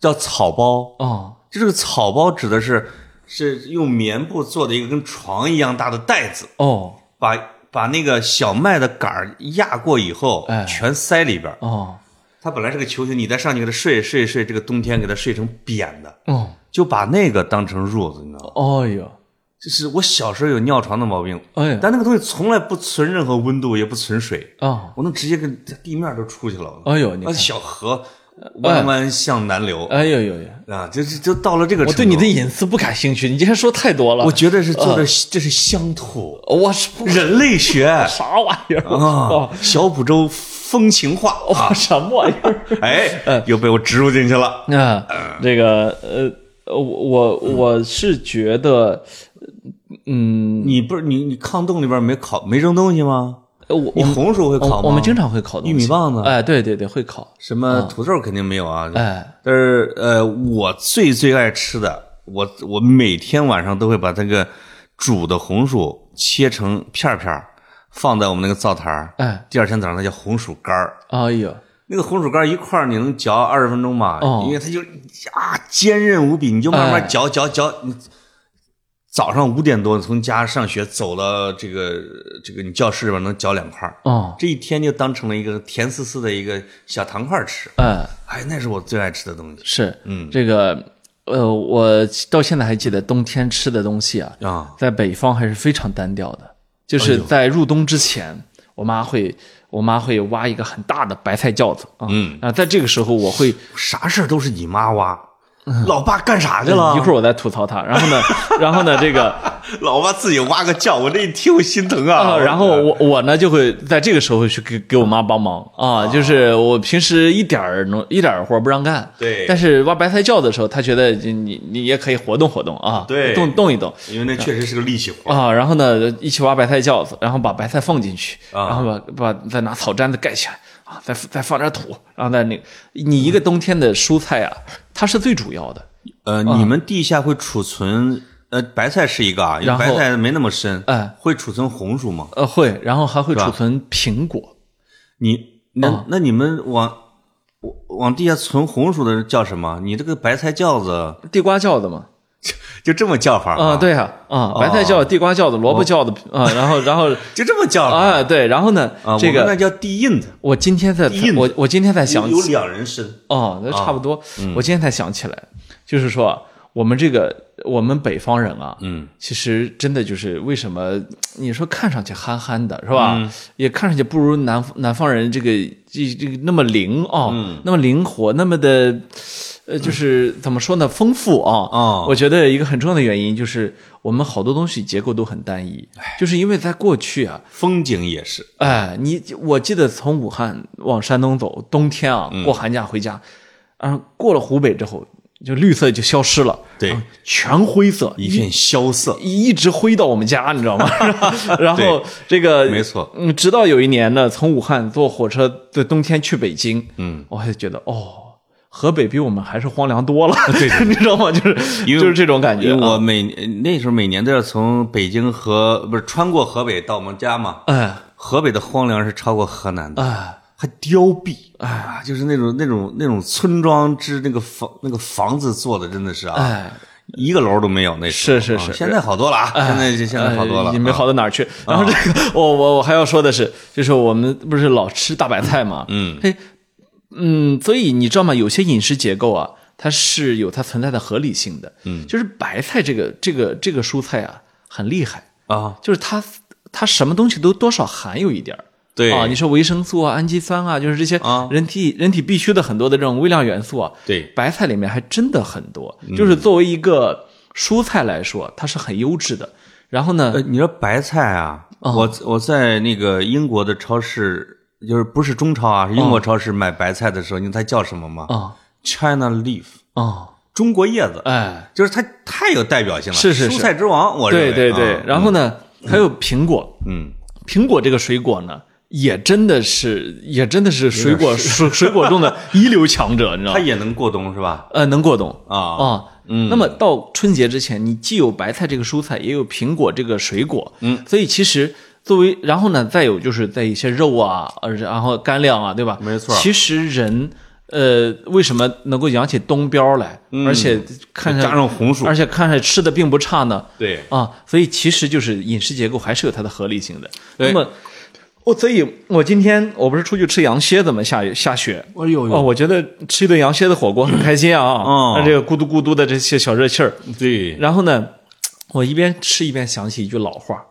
叫草包。啊就这个草包指的是是用棉布做的一个跟床一样大的袋子，哦把把那个小麦的杆儿压过以后，哎全塞里边儿。哦它本来是个球形，你再上去给它睡睡睡，这个冬天给它睡成扁的，哦就把那个当成褥子，你知道吗？哦哟，就是我小时候有尿床的毛病，哎呀但那个东西从来不存任何温度，也不存水。啊我能直接跟地面都出去了。哎呦你那看小河，弯弯向南流哎呦呦呦！啊，就是就到了这个程我度。对你的嗯隐私不感兴趣，你今天说太多了。我觉得是做的，这是乡土我是不人类 学啥玩意儿啊，哦小浦州风情画啊，啊？ 什么玩意儿？嗯哎，又被我植入进去了。那、这个呃，我我我是觉得，嗯，你不是你你炕洞里边没烤没扔东西吗？呃我你红薯会我烤吗？我们经常会烤东西玉米棒子哎，对对对，会烤。什么土豆肯定没有啊，哎，但是呃，我最最爱吃的，我我每天晚上都会把这个煮的红薯切成片儿片儿，放在我们那个灶台儿。哎，第二天早上它叫红薯干儿，哎呦，那个红薯干儿一块儿你能嚼二十分钟吧？哦因为它就啊坚韧无比，你就慢慢嚼、嚼嚼。你早上五点多从家上学走到这个这个你教室里边能嚼两块儿，哦，这一天就当成了一个甜丝丝的一个小糖块儿吃。哎，哎，那是我最爱吃的东西是，嗯这个呃，我到现在还记得冬天吃的东西啊，啊。在北方还是非常单调的，哎就是在入冬之前，我妈会我妈会挖一个很大的白菜窖子啊，嗯啊，在这个时候我会啥事儿都是你妈挖，老爸干啥去了？嗯一会儿我再吐槽她，然后呢，然后呢，这个老爸自己挖个窖，我这一听我心疼啊。啊，然后我我呢就会在这个时候去给给我妈帮忙啊，就是我平时一点儿农一点儿活儿不让干，对但是挖白菜窖的时候，她觉得你你你也可以活动活动啊，对动动一动。因为那确实是个力气活，啊，然后呢，一起挖白菜窖子，然后把白菜放进去，啊然后把把再拿草毡子盖起来啊，再再放点土，然后再那个，你一个冬天的蔬菜啊，它是最主要的，呃，嗯你们地下会储存呃白菜是一个啊，因为然后白菜没那么深，哎会储存红薯吗？呃，会，然后还会啊吧储存苹果，你那、嗯那你们往往往地下存红薯的叫什么？你这个白菜窖子地瓜窖子嘛，就这么叫法啊、吗，对呀、啊，白菜窖、地瓜窖子、萝哦卜窖子啊、然后 然后就这么叫法啊，对，然后呢，啊这我们那个叫地印子，我今天在印我我今天在想有有两人深，哦，那差不多。我今天才想起来，就是说我们这个我们北方人啊，嗯，其实真的就是为什么你说看上去憨憨的是吧？也看上去不如南南方人这个这这个那么灵啊、那么灵活，那么的。呃，就是怎么说呢，丰富啊！哦我觉得一个很重要的原因就是我们好多东西结构都很单一，就是因为在过去啊，风景也是，哎，你我记得从武汉往山东走，冬天啊，过寒假回家，嗯、过了湖北之后，就绿色就消失了，对然后全灰色，一片萧瑟。一一直灰到我们家，你知 道吗？然后这个没错，嗯，直到有一年呢，从武汉坐火车的冬天去北京，嗯，我还觉得哦。河北比我们还是荒凉多了，对 你知道吗？就是因为就是这种感觉因啊、为我每那时候每年都要从北京和不是穿过河北到我们家嘛，哎河北的荒凉是超过河南的，哎还凋敝啊，就是那种那种那种村庄之那个房那个房子做的真的是啊，哎，一个楼都没有那时候是是啊是哎现在好多了啊，现在就现在好多了呃，也没啊好到哪儿去。然后这个， 我我我还要说的是，就是我们不是老吃大白菜嘛，嗯嘿，嗯，所以你知道吗？有些饮食结构啊，它是有它存在的合理性的。嗯，就是白菜这个这个这个蔬菜啊，很厉害，啊，就是它它什么东西都多少含有一点儿。对啊，你说维生素啊、氨基酸啊，就是这些啊人体、人体必需的很多的这种微量元素啊，对白菜里面还真的很多。就是作为一个蔬菜来说，它是很优质的。然后呢，呃，你说白菜啊，哦我我在那个英国的超市。就是不是中超啊，是哦英国超市买白菜的时候，你知道它叫什么吗啊 c h i n a leaf，哦，中国叶子，哎，就是它太有代表性了，是是是蔬菜之王，我认对为对对啊，然后呢，还有苹果，嗯，苹果这个水果呢，也真的是，也真的是水果水水果中的一流强者，你知道它吗？也能过冬是吧？呃，能过冬啊，啊。嗯，那么到春节之前，你既有白菜这个蔬菜，也有苹果这个水果，嗯，所以其实作为，然后呢，再有就是在一些肉啊，呃，然后干粮啊，对吧？没错其实人，呃，为什么能够养起冬膘来，而且看嗯上加上红薯而，且看着吃的并不差呢？对，啊，所以其实就是饮食结构还是有它的合理性的。对那么，我所以，我今天我不是出去吃羊蝎子吗？下下雪，哎呦哦，，我觉得吃一顿羊蝎子火锅很开心啊！哦那这个咕嘟咕嘟的这些小热气儿，对，然后呢，我一边吃一边想起一句老话，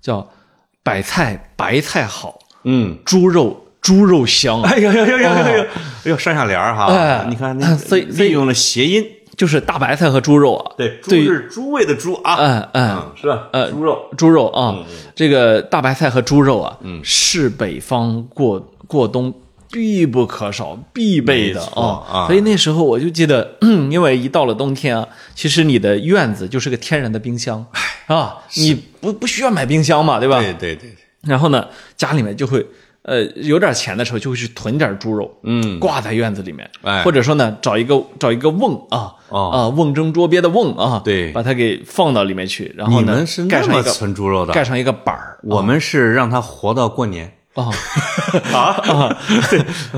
叫“白菜白菜好，嗯，猪肉猪肉香，哎呦呦呦呦呦呦，哎呦上下联儿哈哦哎，你看那所以所以利用了谐音，就是大白菜和猪肉啊，对，猪对是猪味的猪啊，哎哎，嗯，是吧？呃猪肉，猪肉啊，嗯这个大白菜和猪肉啊，是北方过过冬必不可少、必备的没错啊。啊所以那时候我就记得， 因为一到了冬天啊，其实你的院子就是个天然的冰箱，啊，你不不需要买冰箱嘛，对吧？对对对，对然后呢，家里面就会。呃，有点钱的时候就会去囤点猪肉，嗯挂在院子里面，哎或者说呢，找一个找一个瓮啊，哦啊，瓮蒸桌边的瓮啊，对把它给放到里面去，然后你呢，们是盖那上一么个存猪肉的，盖上一个板儿我们是让它活到过年啊， 啊，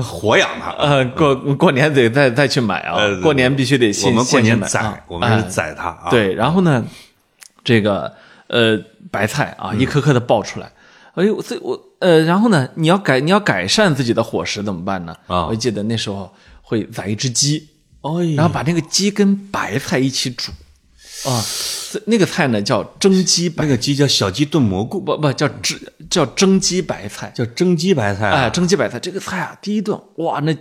活养它。 呃，过过年得再再去买啊呃，过年必须得我现们过现年买啊宰，，我们是哎宰它啊。，对，然后呢，这个呃白菜啊，嗯一颗颗的爆出来，哎呦，所以我呃，然后呢，你要改你要改善自己的伙食怎么办呢？啊我记得那时候会宰一只鸡，然哎，后把那个鸡跟白菜一起煮啊，所以那个菜呢叫蒸鸡白，那个鸡叫小鸡炖蘑菇，不不叫蒸叫蒸鸡白菜。叫蒸鸡白菜啊。哎，蒸鸡白菜这个菜啊，第一顿哇，那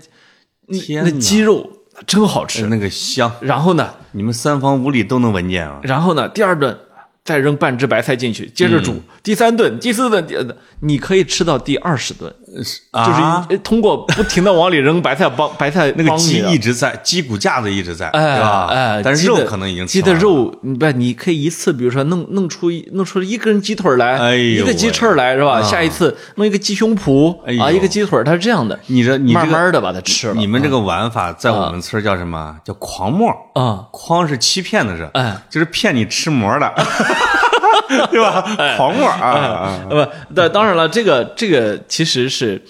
那天那哪嗯鸡肉真好吃。那个香，然后呢，你们三房五里都能闻见啊。然后呢，第二顿再扔半只白菜进去，接着嗯煮。第三顿、第四顿，第你可以吃到第二十顿，就是啊，一呃通过不停的往里扔白菜帮白菜那个帮鸡你啊一直在，鸡骨架子一直在，哎对吧？哎，但是鸡肉的可能已经吃鸡的完了，肉，你不，你可以一次，比如说弄弄出一弄出一根鸡腿来，哎呦啊一个鸡翅儿来是吧？下一次弄一个鸡胸脯、哎呦啊，一个鸡腿儿，它是这样的，你这你这慢个慢的把它吃了。嗯你们这个玩法在我们村儿叫什么？叫狂沫儿啊，诓是欺骗的是，哎就是骗你吃馍的， 对吧？哎狂沫儿啊，呃，不，但当然了，这个这个其实是，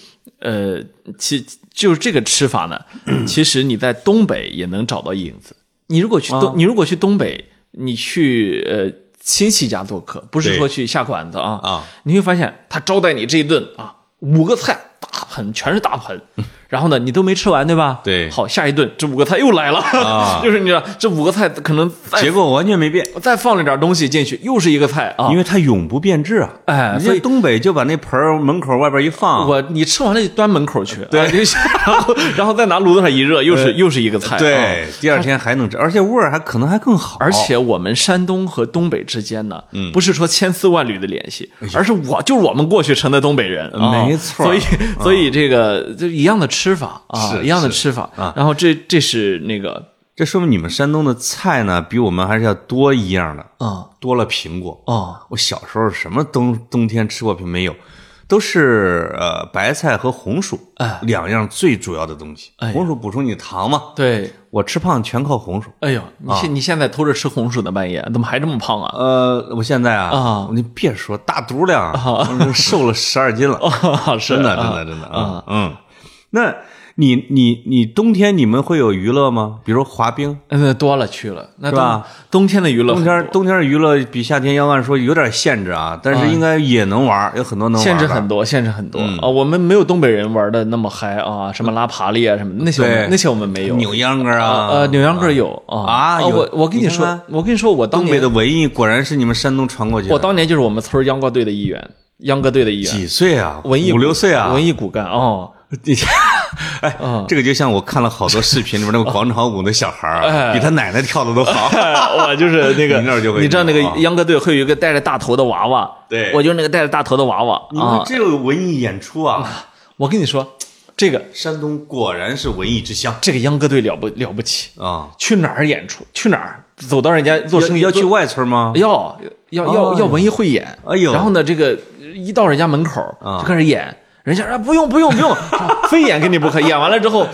呃，其就是这个吃法呢，其实你在东北也能找到影子。你如果去啊东，你如果去东北，你去呃亲戚家做客，不是对说去下馆子啊啊，你会发现他招待你这一顿啊，五个菜大盆全是大盆。然后呢，你都没吃完，对吧？嗯对好，下一顿这五个菜又来了，啊 就是你知道，这五个菜可能再结果完全没变，再放了点东西进去，又是一个菜啊因。为它永不变质啊。哎人所家以东北就把那盆儿门口外边一放，我你吃完了就端门口去，对，就是然后然后再拿炉子上一热，又是又是一个菜，啊。对，哦第二天还能吃，而且味儿还可能还更好。而且我们山东和东北之间呢，嗯不是说千丝万缕的联系，而是我就是我们过去成的东北人，啊哎嗯没错嗯所以所以这个就一样的吃法啊，是一样的是吃法啊。然后这这是那个这说明你们山东的菜呢，比我们还是要多一样的，啊多了苹果。啊我小时候什么冬冬天吃过苹没有，都是呃白菜和红薯，哎两样最主要的东西。哎呀红薯补充你糖嘛，对，我吃胖全靠红薯。哎呦，你啊现你现在偷着吃红薯呢，半夜怎么还这么胖啊？ 呃，我现在啊，啊你别说大肚量，啊我瘦了十二斤 了，是真的，真啊的，真的啊，嗯，那你你你冬天你们会有娱乐吗？比如滑冰？嗯，多了去了，那是冬吧冬天的娱乐冬很天冬天娱乐比夏天要按说有点限制啊，但是应该也能玩，有很多能玩嗯限的嗯制很多，限制很多啊、我们没有东北人玩的那么嗨啊，什么拉爬犁啊什么的，那些我对们那些我们没有。扭秧歌啊啊，呃，扭秧歌有啊啊有我我跟你你看说，看我跟你说，我当东北年的文艺果然是你们山东传过去的。我当年就是我们村儿秧歌队的一员，秧歌队的一员，几岁啊？文艺五六岁啊？文艺嗯骨干哦， 哎，这个就像我看了好多视频里面那个广场舞的小孩儿，哎比他奶奶跳的都好。我就是那 个，你那儿就会你知道那个有啊秧歌队会有一个带着大头的娃娃，对我就是那个带着大头的娃娃你们啊。这个文艺演出啊，我跟你说，这个山东果然是文艺之乡这个秧歌队了不了不起，啊。去哪儿演出去哪儿，走到人家做生意要去做外村吗？要要哎要呦要文艺汇演，哎呦然后呢，这个一到人家门口啊就开始演，人家说啊不用不 用不用，非演给你不可，演完了之后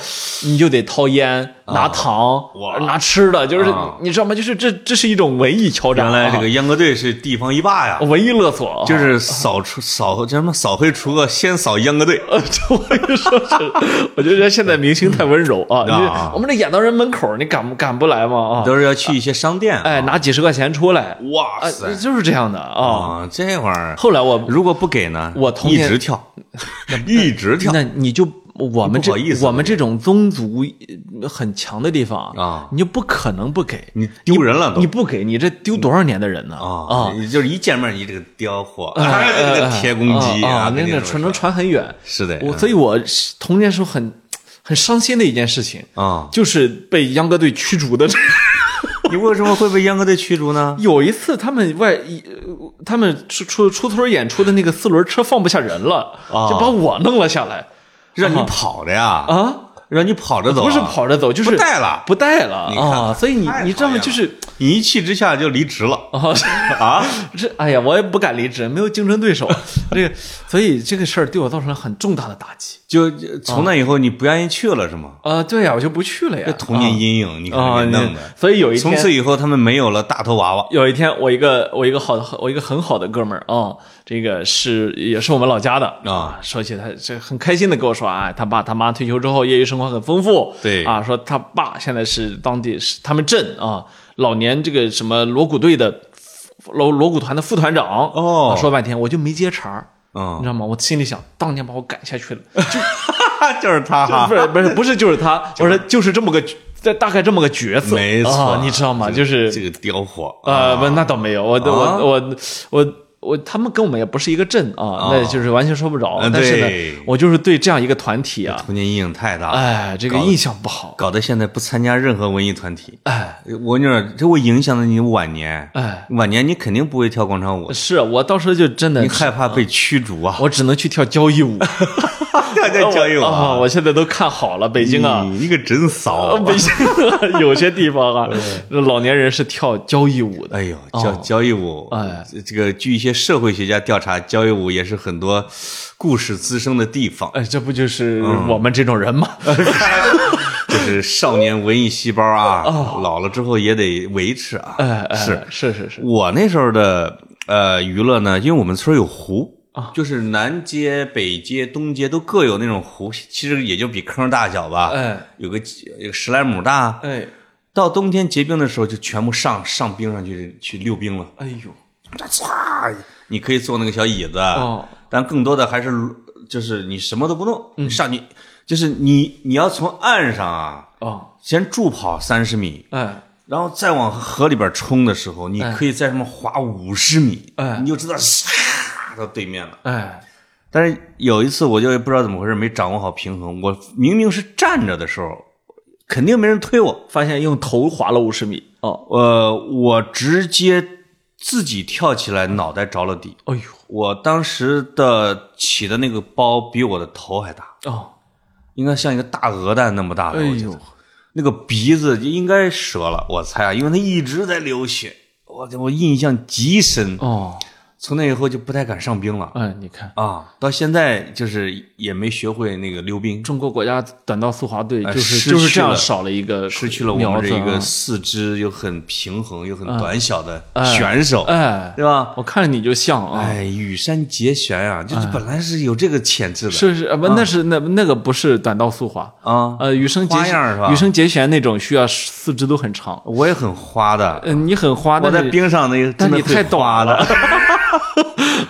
你就得掏烟、拿糖啊哇、拿吃的，就是啊你知道吗？就是这这是一种文艺敲诈原啊，来这个秧歌队是地方一霸呀，文艺勒索啊，就是扫除扫叫什么扫黑除恶，先扫秧歌队。呃，这我跟你 说是，我就觉得现在明星太温柔啊，啊你我们这演到人门口，你赶不赶不来吗？啊，都是要去一些商店，哎，，拿几十块钱出来，哇啊塞，就是这样的啊。啊，这玩意儿后来我如果不给呢，我童一 年直跳，一直跳，那你就我们不好意这思我们这种宗族呃很强的地方啊你就不可能不给，你丢人了都你不给你这丢多少年的人呢？啊，你就是一见面你这个刁货，哎 这个铁公鸡呃啊，跟那你个这么传能说传很远。是的，我所以，我是童年时候很很伤心的一件事情，啊，就是被秧歌队驱逐的。 你为什么会被阉割队驱逐呢？有一次，他们外一呃他们出出出村演出的那个四轮车放不下人了，啊就把我弄了下来让你跑着呀，啊！让你跑着走啊，不是跑着走，就是不带了不带了你看看啊！所以你太你知道讨吗？厌就是你一气之下就离职了啊，啊！这哎呀，我也不敢离职，没有竞争对 手，这个，所以这个事儿对我造成了很重大的打击就就从那以后你不愿意去了是吗？啊！对呀，我就不去了呀。童年阴影，你啊，看给你弄的。所以有一从天，此以后，他们没有了大头娃娃有一天，我一个我一个好我一个很好的哥们儿啊、这个是也是我们老家的啊。说起他这很开心的跟我说啊，他爸他妈退休之后业余生活很丰富，对啊，说他爸现在是当地是他们镇啊老年这个什么锣鼓队的锣锣鼓团的副团长哦啊说半天我就没接茬儿。你嗯，知道吗？我心里想，当年把我赶下去 了，就是他哈不，是不是不是就是 他，我说就是这么个，这大概这么个角色，没错啊你知道吗？就是这个刁货啊，不，那倒没有，我啊我我我我，他们跟我们也不是一个镇啊，那就是完全说不着。嗯但是对呢，我就是对这样一个团体啊，童年阴影太大了，哎，这个印象不好，搞得现在不参加任何文艺团体。哎我跟你说，这会影响了你晚年。哎，晚年你肯定不会跳广场舞，是啊我到时候就真的你，害怕被驱逐啊！我只能去跳交谊舞，跳 跳交谊舞啊！啊， 我现在都看好了，北京啊。哦你你可真骚！ 北京 有些地方啊，嗯老年人是跳交谊舞的。哎呦，交交谊舞，哦哎这这个据一些社会学家调查，交谊舞也是很多故事滋生的地方，哎，这不就是嗯我们这种 人吗？就是少年文艺细胞啊，哦老了之后也得维持啊。哎哎，是是是是，我那时候的呃娱乐呢，因为我们村儿有湖。哦就是南街、北街、东街都各有那种湖，其实也就比坑大小吧，哎有个几有个十来亩大。哎到冬天结冰的时候，就全部上上冰上去去溜冰了。哎呦，唰，你可以坐那个小椅子，哦但更多的还是就是你什么都不弄，嗯你上去就是你你要从岸上啊，哦，先助跑三十米，哎然后再往河里边冲的时候，你可以在上面滑五十米，哎你就知道唰到对面了。哎。但是有一次我就不知道怎么回事，没掌握好平衡，我明明是站着的时候，肯定没人推我，发现用头滑了五十米。哦，呃，我直接自己跳起来，脑袋着了地。哎呦，我当时的起的那个包比我的头还大，哦，应该像一个大鹅蛋那么大吧。哎我觉得呦，那个鼻子应该折了，我猜啊，因为它一直在流血，我我印象极深。哦，从那以后就不太敢上冰了哎，你看，啊，到现在就是也没学会那个溜冰，中国国家短道速滑队哎就是失就是这去样了少了一个失去了我苗们子这一个啊嗯四肢又很平衡又很短小的哎选手，哎，对吧？我看着你就像啊，哎，羽山结弦啊，就是本来是有这个潜质的，嗯是是，嗯呃不，那是那那个不是短道速滑，啊，呃，羽生结花样是吧羽生结弦那种需要四肢都很长。我也很花的，嗯，你很花，我但在是冰上那个但真的你太会懂哦花 的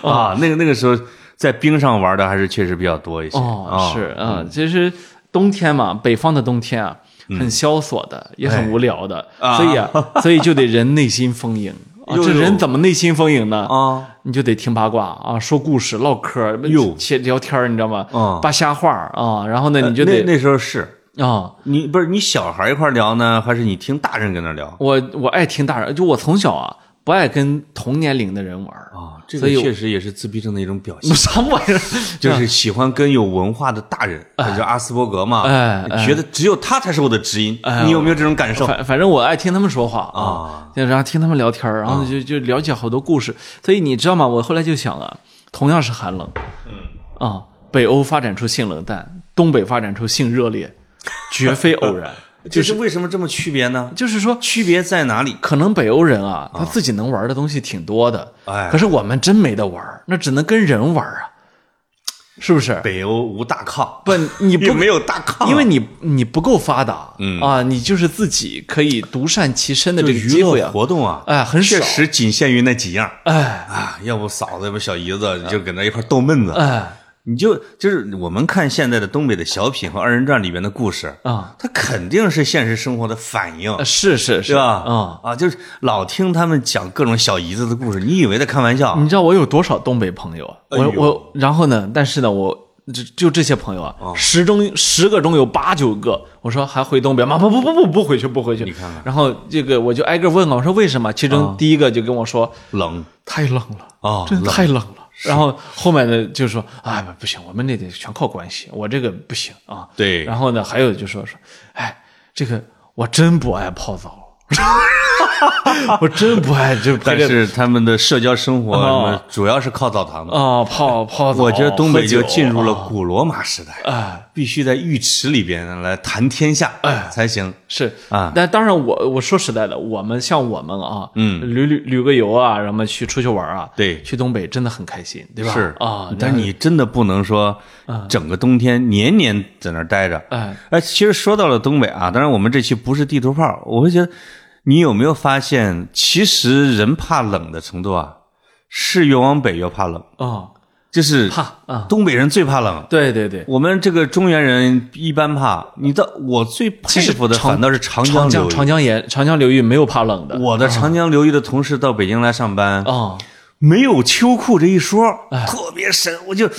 啊，那个那个时候在冰上玩的还是确实比较多一些哦啊，，是啊，其实冬天嘛，北方的冬天啊，很萧索的，也很无聊的，嗯啊所以啊，所以就得人内心 丰盈。啊哟这哟人怎么内心丰盈呢？啊，你就得听八卦啊，说故事、唠嗑、哟切聊天儿，你知道吗啊？呃扒瞎话儿啊，然后呢，你就那得那时候是啊，你不是你小孩一块聊呢，还是你听大人跟那聊我我爱听大人，就我从小啊不爱跟同年龄的人玩儿。啊？这所个以我。确实也是自闭症的一种表现 嗯什么玩意儿？ 就是喜欢跟有文化的大人，就是阿斯伯格嘛，哎哎觉得只有他才是我的知音。你有没有这种感受？反反正我爱听他们说话啊，然后听他们聊天儿，然后就就了解好多故事。所以你知道吗？我后来就想啊，同样是寒冷，嗯啊，北欧发展出性冷淡，东北发展出性热烈， 绝非偶然。就是为什么这么区别呢？就是说，区别在哪里？可能北欧人啊，他自己能玩的东西挺多的，哎可是我们真没得玩儿，那只能跟人玩儿啊，是不是？北欧无大炕，不，你也不没有大炕，啊因为你你不够发达，嗯啊，你就是自己可以独善其身的就这个机娱会乐啊，活动啊，哎，很少确，实仅限于那几样哎啊，要不嫂子，要不小姨子，就搁那一块逗闷子。哎，你就就是我们看现在的东北的小品和二人转里边的故事，啊，它肯定是现实生活的反应，呃是是是对吧？啊，啊，就是老听他们讲各种小姨子的故事，你以为在开玩笑？你知道我有多少东北朋友啊？我、哎呦我，然后呢？但是呢，我就就这些朋友啊，哦十中十个中有八九个，我说还回东北吗？不不不不不回去不回去。哦你看看哦然后这个我就挨个问啊，我说为什么？其中第一个就跟我说、冷太冷了，啊，真的冷太冷了。然后后面的就说，哎，不行，我们那得全靠关系，我这个不行啊。对然后呢，还有就说说，哎，这个我真不爱泡澡， 我真不爱，就陪但着是他们的社交生哦活什么主要是靠澡堂的。啊，泡泡澡，我觉得东北就喝酒哦进入了古罗马时代，啊，必须在浴池里边来谈天下哎才行。是啊但当然我，我说实在的，我们像我们啊，嗯，旅旅旅个游啊，然后去出去玩啊，对去东北真的很开心，对吧？是啊，嗯但是你真的不能说整个冬天年年在那儿待着。哎，哎，其实说到了东北啊，当然我们这期不是地图炮，我会觉得你有没有发现，其实人怕冷的程度啊，是越往北越怕冷，啊，就是怕啊，东北人最怕冷。对对对，我们这个中原人一般怕，你的我最佩服的其实长反倒是长江长流江域。长江沿长江流域没有怕冷的我的长江流域的同事到北京来上班，啊，没有秋裤这一说，哎特别神。我就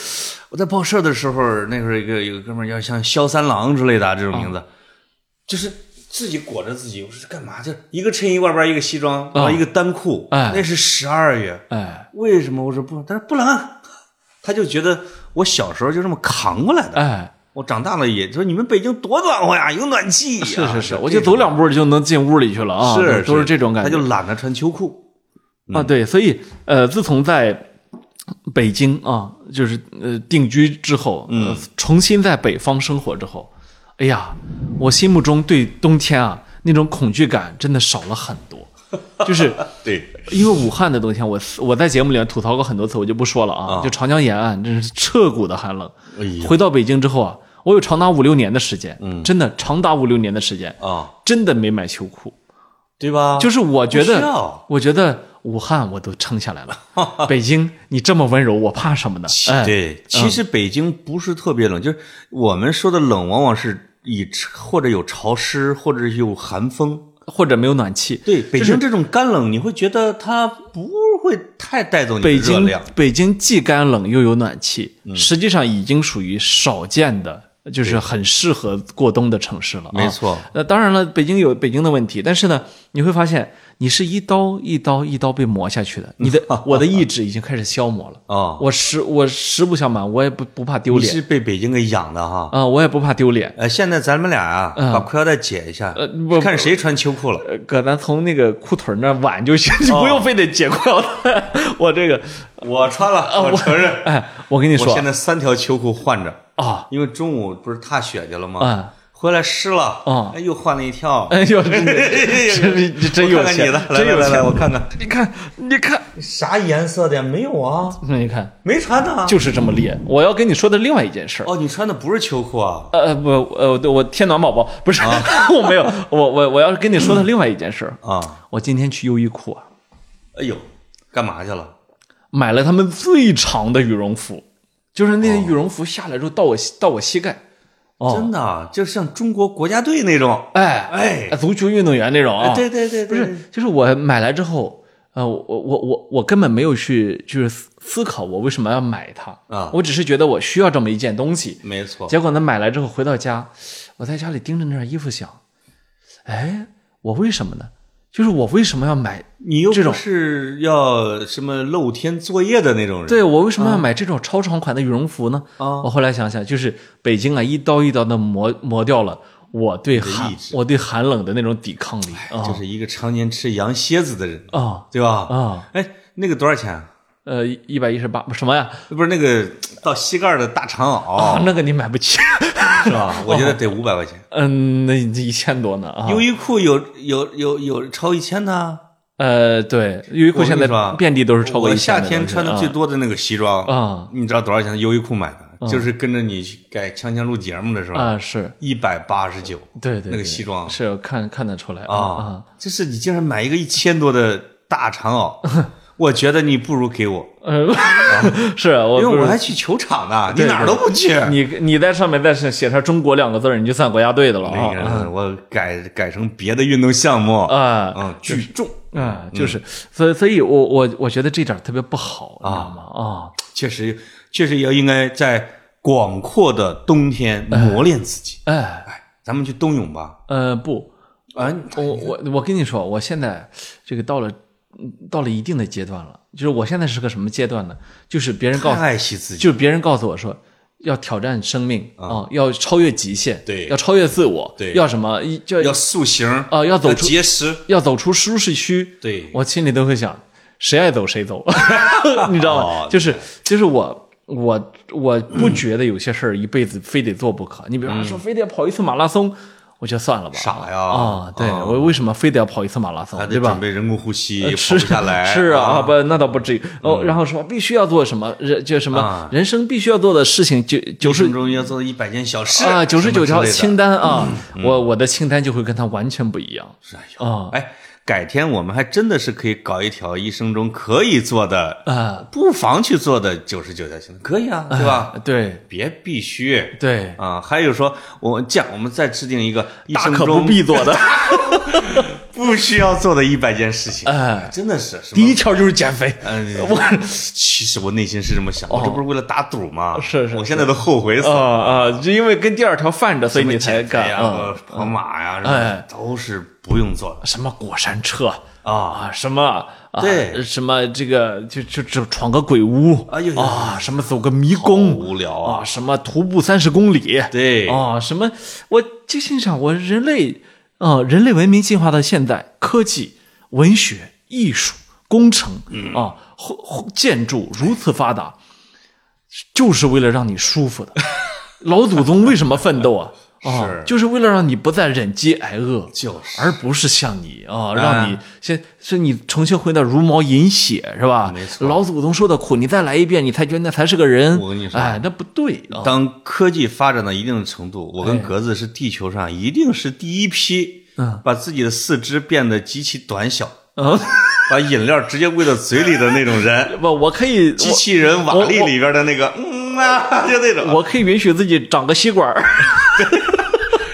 我在报社的时候，那会儿有个有个哥们儿叫像萧三郎之类的啊这种名字，就是自己裹着自己，我说这干嘛？就一个衬衣外边一个西装，然后一个单裤，啊哎那是十二月。哎为什么？我说不，他说不冷啊，他就觉得我小时候就这么扛过来的。哎，我长大了也说你们北京多暖和呀，有暖气呀。是是是，我这就种走两步就能进屋里去了啊，是都是这种感觉，他就懒得穿秋裤。嗯啊，对，所以呃，自从在北京啊，就是呃定居之后，嗯、重新在北方生活之后，哎呀，我心目中对冬天啊那种恐惧感真的少了很多，就是。对，因为武汉的冬天，我我在节目里面吐槽过很多次，我就不说了啊。啊就长江沿岸，真是彻骨的寒冷。哎呀回到北京之后啊，我有长达五六年的时间，嗯、真的长达五六年的时间，啊，真的没买秋裤。对吧？就是我觉哦不需得要，我觉得武汉我都撑下来了， 北京你这么温柔，我怕什么呢？其哎，对，其实北京不是特别冷，就是我们说的冷，往往是以或者有潮湿，或者有寒风。或者没有暖气。对，北京这种干冷，你会觉得它不会太带走你的北热京量。嗯北京既干冷又有暖气，实际上已经属于少见的，就是很适合过冬的城市了啊。没错，那当然了，北京有北京的问题，但是呢，你会发现你是一刀一刀一刀被磨下去的，你 的我的意志已经开始消磨了。哦我实我实不相瞒，我也不不怕丢你脸是被北京给养的哈。啊、我也不怕丢脸。呃，现在咱们俩啊，把裤腰带解一下嗯呃不，看谁穿秋裤了。呃，搁咱从那个裤腿儿那儿挽就行，你哦不用非得解裤腰带。 我这个，我穿了，我承认。哎，我 跟你我说现在三条秋裤换着，啊，因为中午不是踏雪去了嗯吗？回来湿了，嗯哎又换了一条。哎 呦，真真真真我有看看钱你的，，来真来有来来，钱！我看看。你看，你看，啥颜色的呀？没有啊，那你看，没穿呢。就是这么烈。我要跟你说的另外一件事儿。哦，你穿的不是秋裤啊？呃不呃对我天暖宝宝不是、我没有我我我要跟你说的另外一件事儿，啊，我今天去优衣库啊哎呦，干嘛去了？买了他们最长的羽绒服，就是哦那羽绒服下来之后到我膝到我膝盖，哦真的啊，就像中国国家队那种。哎哎，足球运动员那种啊，对对对，不是，就是我买来之后，呃，我我我我根本没有去就是思思考我为什么要买它啊我只是觉得我需要这么一件东西。没错。结果呢，买来之后回到家，我在家里盯着那件衣服想，哎，我为什么呢？就是我为什么要买？你又这种不是要什么露天作业的那种人？对我为什么要买这种超长款的羽绒服呢？啊我后来想想，就是北京啊，一刀一刀的磨磨掉了我对寒意志我对寒冷的那种抵抗力哎啊就是一个常年吃羊蝎子的人，啊对吧？啊！哎，那个多少钱啊？呃，一百一十八什么呀？不是那个到膝盖的大长啊，袄那个你买不起。是吧？我觉得得五百块钱。嗯，那一千多呢啊。优衣库有有有有超一千的啊。呃，对，优衣库现我在跟你说啊遍地都是超过我一千夏的东西。天穿的最啊多的那个西装啊你知道多少钱？优衣库买的，就是跟着你去改锵锵录节目的时候，啊是，一百八十九对对，对那个西装是看看得出来啊 啊，就是你竟然买一个一千多的大长袄，我觉得你不如给我，呃，是我因不为是我还去球场呢，你对哪儿都不去。你你在上面再是写上中国两个字儿，你就算国家队的了那啊个我改改成别的运动项目啊，啊！嗯，聚众啊，就是，所以，所以我我我觉得这点儿特别不好，你知道吗？啊、确实确实也应该在广阔的冬天磨练自己。哎，哎，咱们去冬泳吧。呃，不，啊，我我我跟你说，我现在这个到了嗯到了一定的阶段了，就是我现在是个什么阶段呢？就是别人告诉，太爱惜自己。就是别人告诉我说。要挑战生命啊、要超越极限，对要超越自我，对要什么？一就要塑形啊要走出哦节食。要走出舒适区，对，我心里都会想，谁爱走谁走， 你知道吗哦？就是就是我我我不觉得有些事儿一辈子非得做不可。你比方说，非得要跑一次马拉松，我觉得算了吧。嗯傻呀啊，对啊我为什么非得要跑一次马拉松还，对得吧准？备人工呼吸，呃跑是不下来。嗯是啊，啊，不，那倒不至于。哦，然后说必须要做什么，人就什么啊人生必须要做的事情，九九九十十中要做一百件小事啊九十九条轻。清单啊，嗯我我的清单就会跟他完全不一样哎呦，啊哎，改天我们还真的是可以搞一条一生中可以做的，啊，不妨去做的九十九条行，可以啊，对吧？对别必须对，啊。还有说，我这样，我们再制定一个一大生可不中必做的。不需要做的一百件事情，哎，真的是什第么？一条就是减肥。嗯，我其实我内心是这么想，我这不是为了打赌吗？哦是是我现在都后悔死 啊了。啊，就因为跟第二条犯着，所以你才减肥呃干呀、啊。跑马呀、什哎么都是不用做什么过山车的啊。啊，什么啊，对什么这个就就就闯个鬼屋，哎呦呦啊，什么走个迷好宫无聊啊，！什么徒步三十公里，对，啊，什么我就欣赏我人类啊，人类文明进化到现在，科技、文学、艺术、工程嗯啊，后后建筑如此发达，就是为了让你舒 服的。老祖宗为什么奋斗啊？啊是，就是为了让你不再忍饥挨饿，就是嗯而不是像你啊，让你先是你重新回到茹毛饮血是吧？没错老祖宗受的苦，你再来一遍，你才觉得那才是个人。我跟你说哎，那不对啊。当科技发展到一定的程度，我哎跟格子是地球上一定是第一批，嗯把自己的四肢变得极其短小，啊把饮料直接喂到嘴里的那种人，不，我可以，机器人瓦力我里边的那个，嗯啊，就那种，我可以允许自己长个吸管儿。啊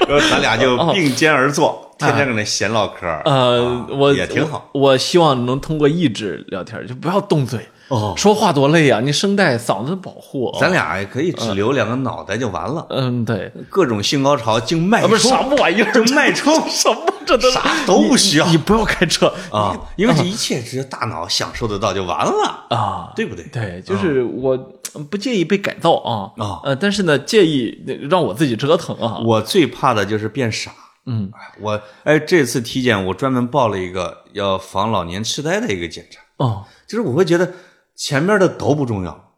然后咱俩就并肩而坐，天天搁那闲唠嗑儿，哦啊呃啊，我也挺好。我。我希望能通过意志聊天儿，就不要动嘴。哦，说话多累啊！你声带、嗓子保护啊。咱俩也可以只留两个脑袋就完了，嗯，对，各种性高潮经脉啊，不是冲什么玩意儿，就脉冲 什么这都哎啥都不需要你你不要开车啊，因为这一切只有大脑享受得到就完了，啊！对不对？对，就是我嗯不介意被改造啊啊呃，但是呢，介意呃让我自己折腾啊。我最怕的就是变傻。嗯哎，我哎，这次体检我专门报了一个要防老年痴呆的一个检查，哦，就是我会觉得前面的都不重要，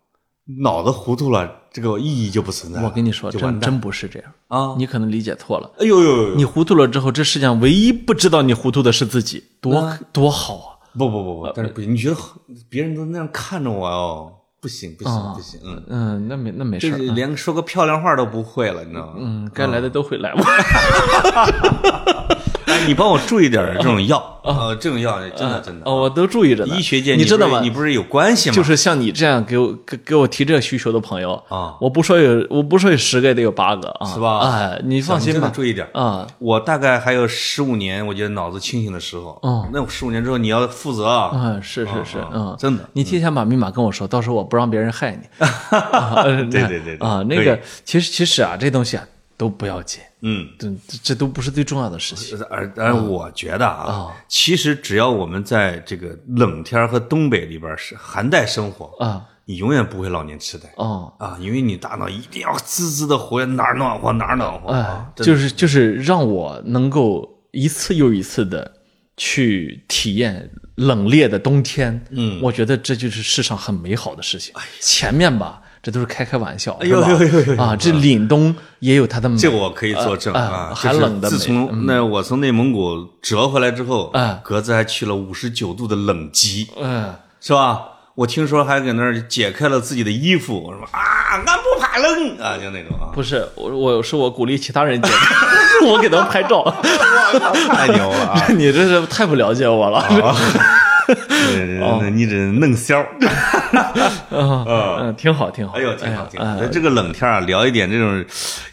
脑子糊涂了，这个意义就不存在了。我跟你说，就完真蛋真不是这样啊！你可能理解错了。哎呦呦呦呦！你糊涂了之后，这世界上唯一不知道你糊涂的是自己，多多好啊！不不不不，但是呃不行，你觉得别人都那样看着我哦，不行不啊行不行，嗯，嗯，那没那没就事是儿，连说个漂亮话都不会了，你知道吗？嗯，该来的都会来嘛。哎，你帮我注意 点儿这种药，呃，这种药真的真的， 哦，我都注意着呢。医学界啊你知不道是吗你？不是有关系吗？就是像你这样给我给给我提这需求的朋友啊，我不说有我不说有十个也得有八个啊，是吧哎，你放心咱们真吧的，注意点儿。啊，我大概还有十五年，我觉得脑子清醒的时候。嗯那我十五年之后你要负责啊。嗯，是是是啊，嗯，真的你提前把密码跟我说，到时候我不让别 人害你。啊呃对那对对对啊，那可以个其实其实啊，这东西啊都不要紧，嗯，这这这都不是最重要的事情。而而我觉得啊，其实只要我们在这个冷天儿和东北里边儿是寒带生活，啊你永远不会老年痴呆哦，啊，因为你大脑一定要滋滋的活跃，哪儿暖和哪儿暖和哎啊，。真的就是就是让我能够一次又一次的去体验冷冽的冬天，嗯，我觉得这就是世上很美好的事情。前面吧，这都是开开玩笑，哎呦哎是吧呦呦呦啊，这凛冬也有它的美，这我可以作证啊啊，寒就是冷的自美嗯从那我从内蒙古折回来之后啊，格子还去了五十九度的冷极。嗯，是吧？我听说还搁那儿解开了自己的衣服，我说啊，俺不怕冷啊，就那种啊，不是我，我是我鼓励其他人解释， 我给他们拍照。 太牛了啊！啊你这是太不了解我了。对哦对你得弄销儿。啊， 嗯，挺好，挺好。哎呦，挺好，挺好。哎这个冷天儿啊，聊一点这种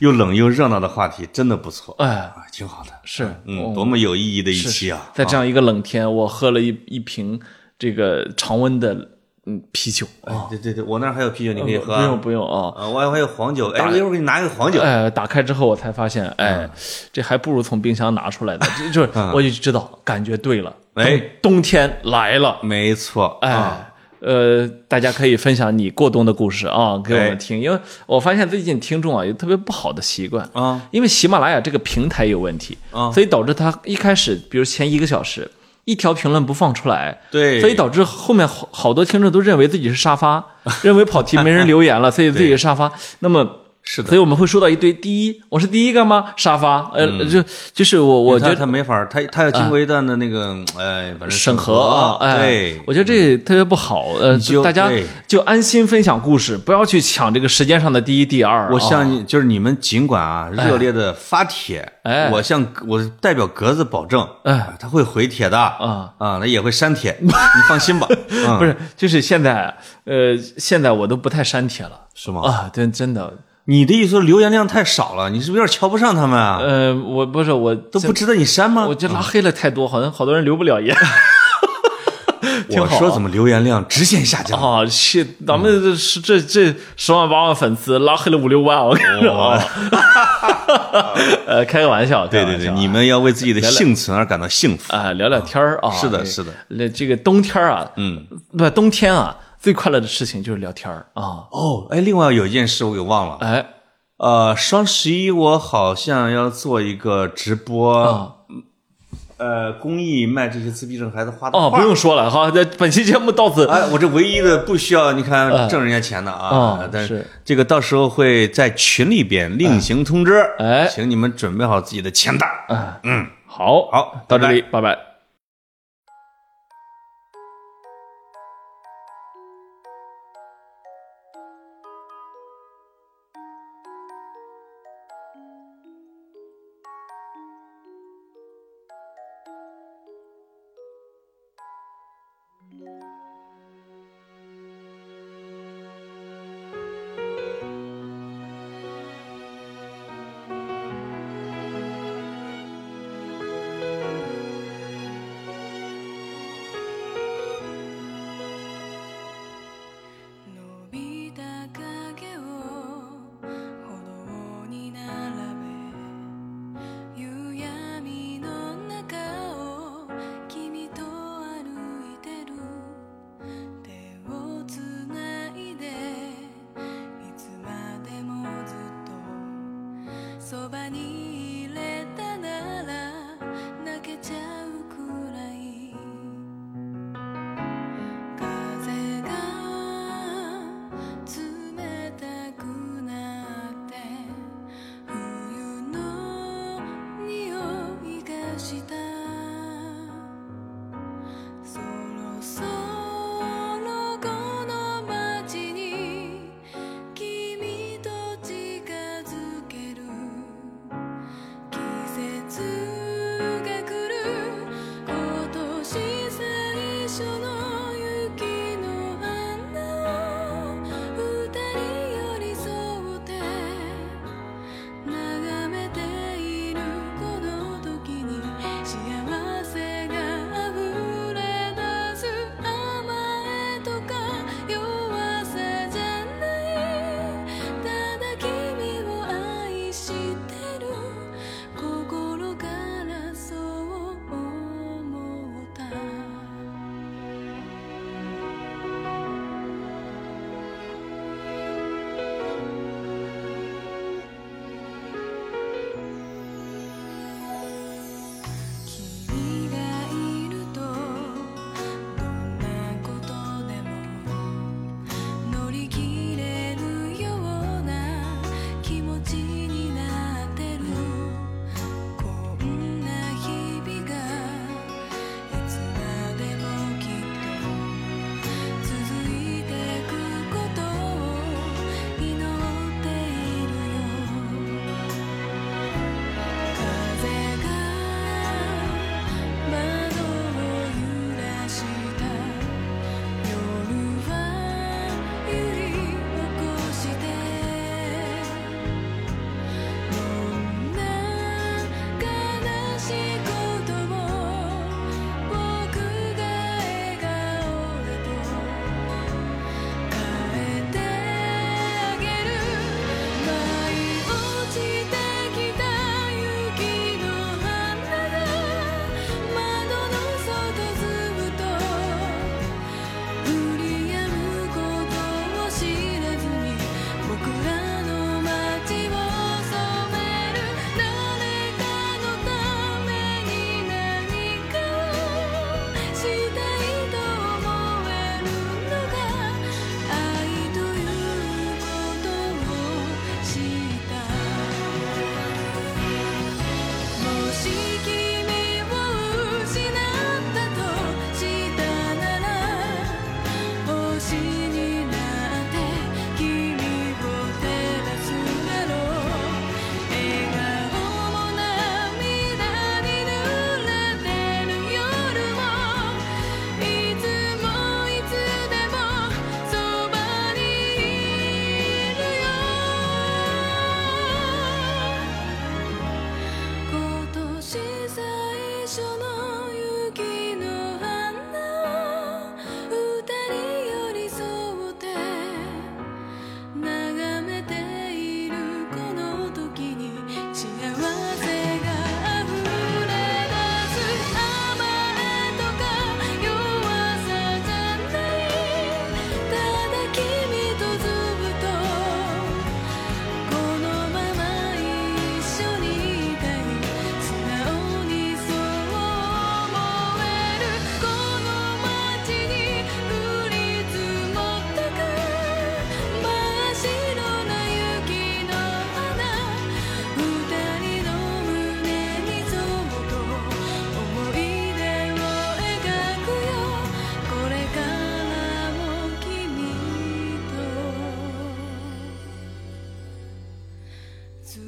又冷又热闹的话题，真的不错，哎，啊，挺好的。是，嗯，多么有意义的一期啊！在这样一个冷天，我喝了一一瓶这个常温的嗯啤酒啊，哎对对对，我那儿还有啤酒，你可以喝呃不啊。用不用啊。啊，我还有黄酒，哎，一会儿给你拿一个黄酒。哎，打开之后我才发现，嗯哎，这还不如从冰箱拿出来的，这就是我就知道，感觉对了，哎冬，冬天来了，没错，哎，啊，呃，大家可以分享你过冬的故事啊，给我哎们听，因为我发现最近听众啊有特别不好的习惯啊，因为喜马拉雅这个平台有问题啊所以导致它一开始，比如前一个小时一条评论不放出来，对，所以导致后面好好多听众都认为自己是沙发， 认为跑题没人留言了，所以自己是沙发。那么。是的所以我们会收到一堆。第一，我是第一个吗？沙发，呃，嗯就就是我，我我觉得他没法儿，他他要经过一段的那个，哎，反正审核核啊啊，，哎对，，嗯我觉得这特别不好，呃就，大家对就安心分享故事，不要去抢这个时间上的第一、第二。我啊向你，就是你们尽管啊热烈的发帖，哎我向我代表格子保证，哎，他会回帖的啊啊啊，那也会删帖，你放心 吧，嗯不是，就是现在，呃，现在我都不太删帖了是吗？啊，真真的，你的意思说留言量太少了，你是不是有点瞧不上他们啊？呃，我不是我都都不值得你删吗我？就拉黑了太多，好像好多人留不了 言。挺我好啊说怎么留言量直线下降？啊，是咱们嗯这是这这十万八万粉丝拉黑了五六万，我跟你说， 呃，开个玩笑，对对对，你们要为自己的幸存而感到幸福。啊聊聊天儿啊，是的这是的，那这个冬天儿啊，嗯，不，冬天啊，最快乐的事情就是聊天儿啊，哦，哎，另外有一件事我给忘了，哎，呃，双十一我好像要做一个直播啊，呃，公益卖这些自闭症孩子画的画。哦，不用说了哈，这本期节目到此，哎，我这唯一的不需要你看挣人家钱的啊，嗯但呃是这个到时候会在群里边另行通知，哎请你们准备好自己的钱袋。好，好到这里，拜拜。伸びた影を歩道に並べ夕闇の中を君と歩いてる手をつないでいつまでもずっとそばにいれたなら泣けちゃうくらい「風が冷たくなって」「冬の匂いがした」「そろそろこの街に君と近づける」と」